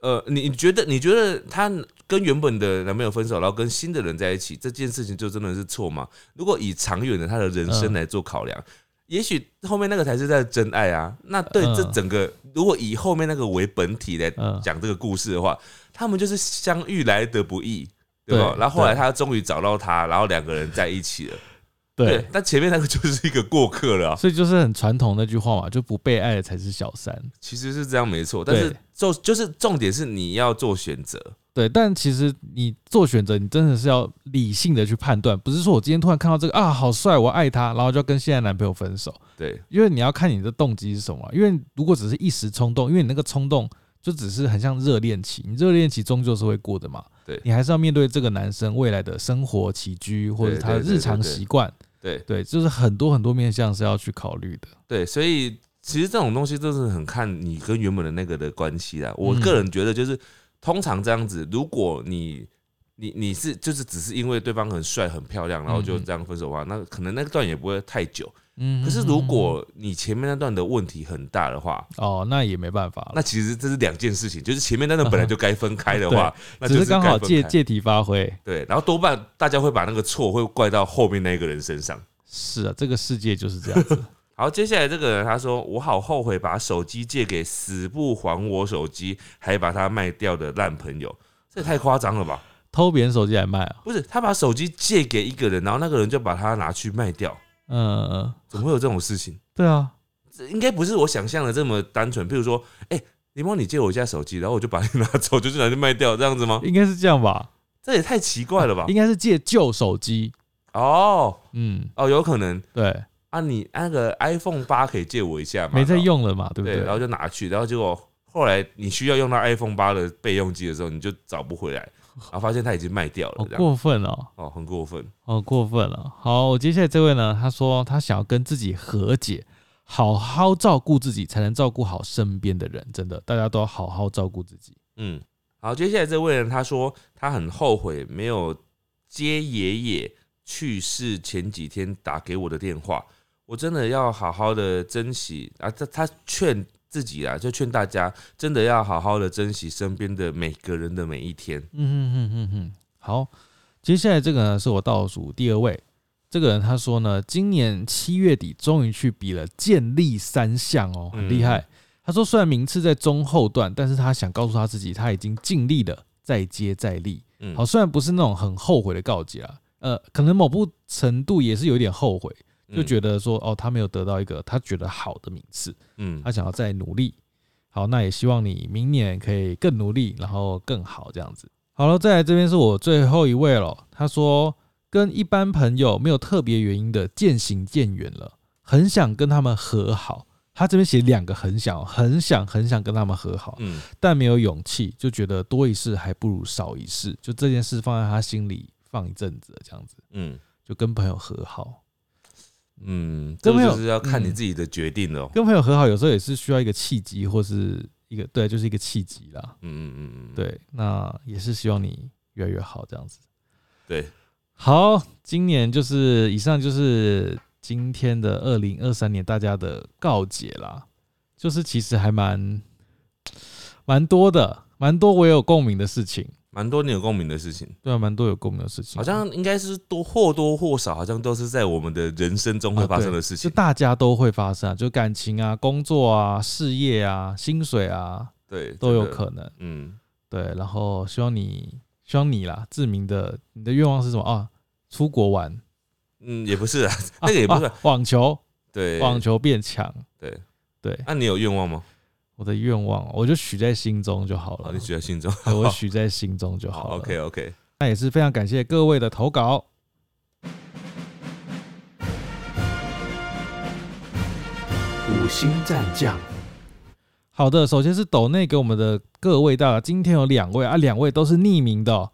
呃，你你觉得你觉得他跟原本的男朋友分手，然后跟新的人在一起，这件事情就真的是错吗？如果以长远的他的人嗯生来做考量，也许后面那个才是他的真爱啊。那对这嗯整个，如果以后面那个为本体来嗯讲这个故事的话，他们就是相遇来得不易。对吧？对然后后来对他终于找到他，然后两个人在一起了。对，但前面那个就是一个过客了啊、所以就是很传统那句话嘛，就不被爱的才是小三。其实是这样没错，但是对就就是重点是你要做选择，对，但其实你做选择，你真的是要理性的去判断，不是说我今天突然看到这个啊，好帅，我爱他，然后就要跟现在男朋友分手，对因为你要看你的动机是什么。因为如果只是一时冲动，因为你那个冲动就只是很像热恋期，你热恋期终究是会过的嘛，对你还是要面对这个男生未来的生活起居或者对他的对对日常对对习惯，对对，就是很多很多面向是要去考虑的。对，所以其实这种东西都是很看你跟原本的那个的关系啦。我嗯个人觉得就是通常这样子，如果你你你是就是只是因为对方很帅很漂亮，然后就嗯嗯这样分手的话，那可能那段也不会太久。嗯，可是如果你前面那段的问题很大的话，哦，那也没办法了那。其实这是两件事情，就是前面那段本来就该分开的 *laughs* 话，那嗯就只是刚好该分借开借题发挥。对，然后多半大家会把那个错会怪到后面那个人身上。是啊，这个世界就是这样 *laughs* 子。好，接下来这个人他说：“我好后悔把手机借给死不还我手机，还把它卖掉的烂朋友，这也太夸张了吧？偷别人手机来卖啊？不是，他把手机借给一个人，然后那个人就把它拿去卖掉，嗯，怎么会有这种事情？对啊，这应该不是我想象的这么单纯。譬如说，哎、柠檬，你借我一下手机，然后我就把你拿走，就是拿去卖掉，这样子吗？应该是这样吧？这也太奇怪了吧应？该是借旧手机。哦嗯，哦，有可能对，啊，你那个 iPhone 八可以借我一下吗？没在用了嘛，对不对，对？然后就拿去，然后结果后来你需要用到 iPhone 八的备用机的时候，你就找不 *laughs* 回来，然后发现它已经卖掉好了，这样过分哦，哦，很过分。好过分哦。好，我接下来这位呢，他说他想要跟自己和解，好好照顾自己，才能照顾好身边的人。真的，大家都要好好照顾自己。嗯，好，接下来这位人他说他很后悔没有接爷爷去世前几天打给我的电话，我真的要好好的珍惜啊！他他劝自己啊，就劝大家真的要好好的珍惜身边的每个人的每一天。嗯哼哼哼哼，好，接下来这个呢是我倒数第二位，这个人他说呢，今年七月底终于去比了健力三项哦，很厉害。他说虽然名次在中后段，但是他想告诉他自己，他已经尽力了，再接再厉。嗯，好，虽然不是那种很后悔的告诫啊，呃，可能某部程度也是有点后悔，嗯，就觉得说哦，他没有得到一个他觉得好的名次，嗯他想要再努力。好，那也希望你明年可以更努力，然后更好这样子。好了，再来这边是我最后一位了。他说跟一般朋友没有特别原因的渐行渐远了，很想跟他们和好。他这边写两个很想，哦很想，很想跟他们和好，嗯但没有勇气，就觉得多一事还不如少一事，就这件事放在他心里放一阵子，这样子嗯就跟朋友和好。嗯，这跟朋个友就是要看你嗯自己的决定了哦。跟朋友和好有时候也是需要一个契机，或是一个对，就是一个契机啦。嗯嗯嗯嗯，对，那也是希望你越来越好这样子。对，好，今年就是以上就是今天的二零二三年大家的告解啦，就是其实还蛮蛮多的，蛮多我也有共鸣的事情。蛮多你有共鸣的事情，对啊，蛮多有共鸣的事情，好像应该是多或多或少，好像都是在我们的人生中会啊发生对的事就情。大家都会发生啊，就感情啊、工作啊、事业啊、薪水啊对，都有真的。可能。嗯，对，然后希望你，希望你啦，志明的你的愿望是什么啊？出国玩，嗯，也不是啊， *laughs* 那个也不 *laughs* 算啊网球，对，网球变强。对对，那、你有愿望吗？我的愿望我就许在心中就好好，了哦你，许在心中。对 *laughs* 我许在心中哦就好好了。 ，OK OK。那也是非常感谢各位的投稿。五星战将，好的，首先是抖内给我们的各位大佬，今天有两位啊，两位都是匿名的、哦。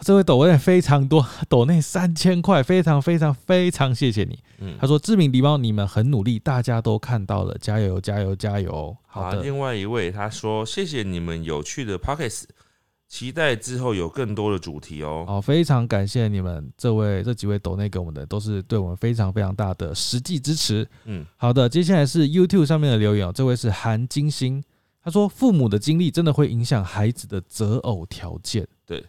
这位抖内非常多， *laughs* 抖内三千块，非常非常非常谢谢你。嗯，他说：“知名狸猫，你们很努力，大家都看到了，加油加油加油！”好的，另外一位他说：“谢谢你们有趣的 pockets，期待之后有更多的主题哦。好，非常感谢你们这位这几位抖内给我们的，都是对我们非常非常大的实际支持。嗯，好的，接下来是 YouTube 上面的留言哦，这位是韩金星，他说父母的经历真的会影响孩子的择偶条件。对，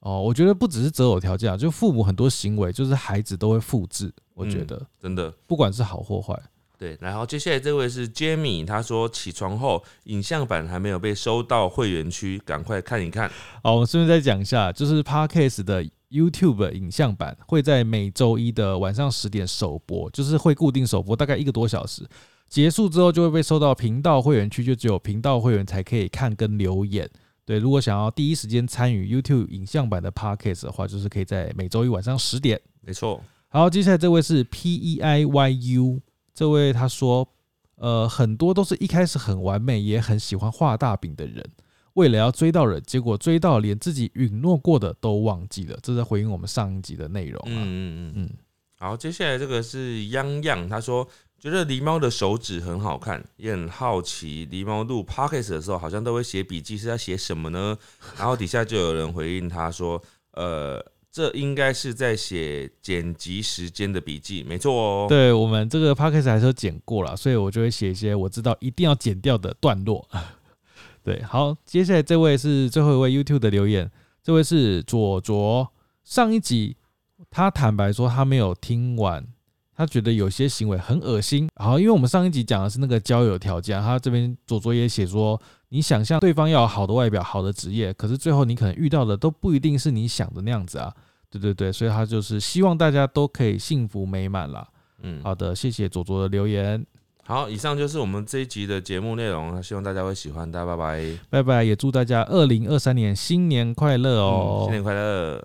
哦，我觉得不只是择偶条件啊，就父母很多行为，就是孩子都会复制。我觉嗯得、真的不管是好或坏，对。然后接下来这位是 Jamie，他说起床后影像版还没有被收到会员区，赶快看一看。好，我们顺便再讲一下，就是 Podcast 的 YouTube 影像版会在每周一的晚上十点首播，就是会固定首播大概一个多小时，结束之后就会被收到频道会员区，就只有频道会员才可以看跟留言。对，如果想要第一时间参与 YouTube 影像版的 Podcast 的话，就是可以在每周一晚上十点。没错，好，接下来这位是 P E I Y U，这位他说，呃，很多都是一开始很完美，也很喜欢画大饼的人，为了要追到人，结果追到连自己允诺过的都忘记了，这是回应我们上一集的内容啊。嗯嗯嗯。嗯，好，接下来这个是央央，他说觉得狸猫的手指很好看，也很好奇狸猫录 podcast 的时候好像都会写笔记，是在写什么呢？然后底下就有人回应他说，呃，这应该是在写剪辑时间的笔记，没错哦。，对我们这个 p a c k a g e 还是有剪过了，所以我就会写一些我知道一定要剪掉的段落。 *laughs* 对，好，接下来这位是最后一位 YouTube 的留言，这位是左卓。上一集他坦白说他没有听完，他觉得有些行为很恶心。好，因为我们上一集讲的是那个交友条件，他这边左卓也写说，你想象对方要有好的外表、好的职业，可是最后你可能遇到的都不一定是你想的那样子啊。对对对，所以他就是希望大家都可以幸福美满啦。嗯，好的，谢谢左左的留言，好，以上就是我们这一集的节目内容，希望大家会喜欢，大家拜拜，拜拜，也祝大家二零二三年新年快乐嗯哦！新年快乐。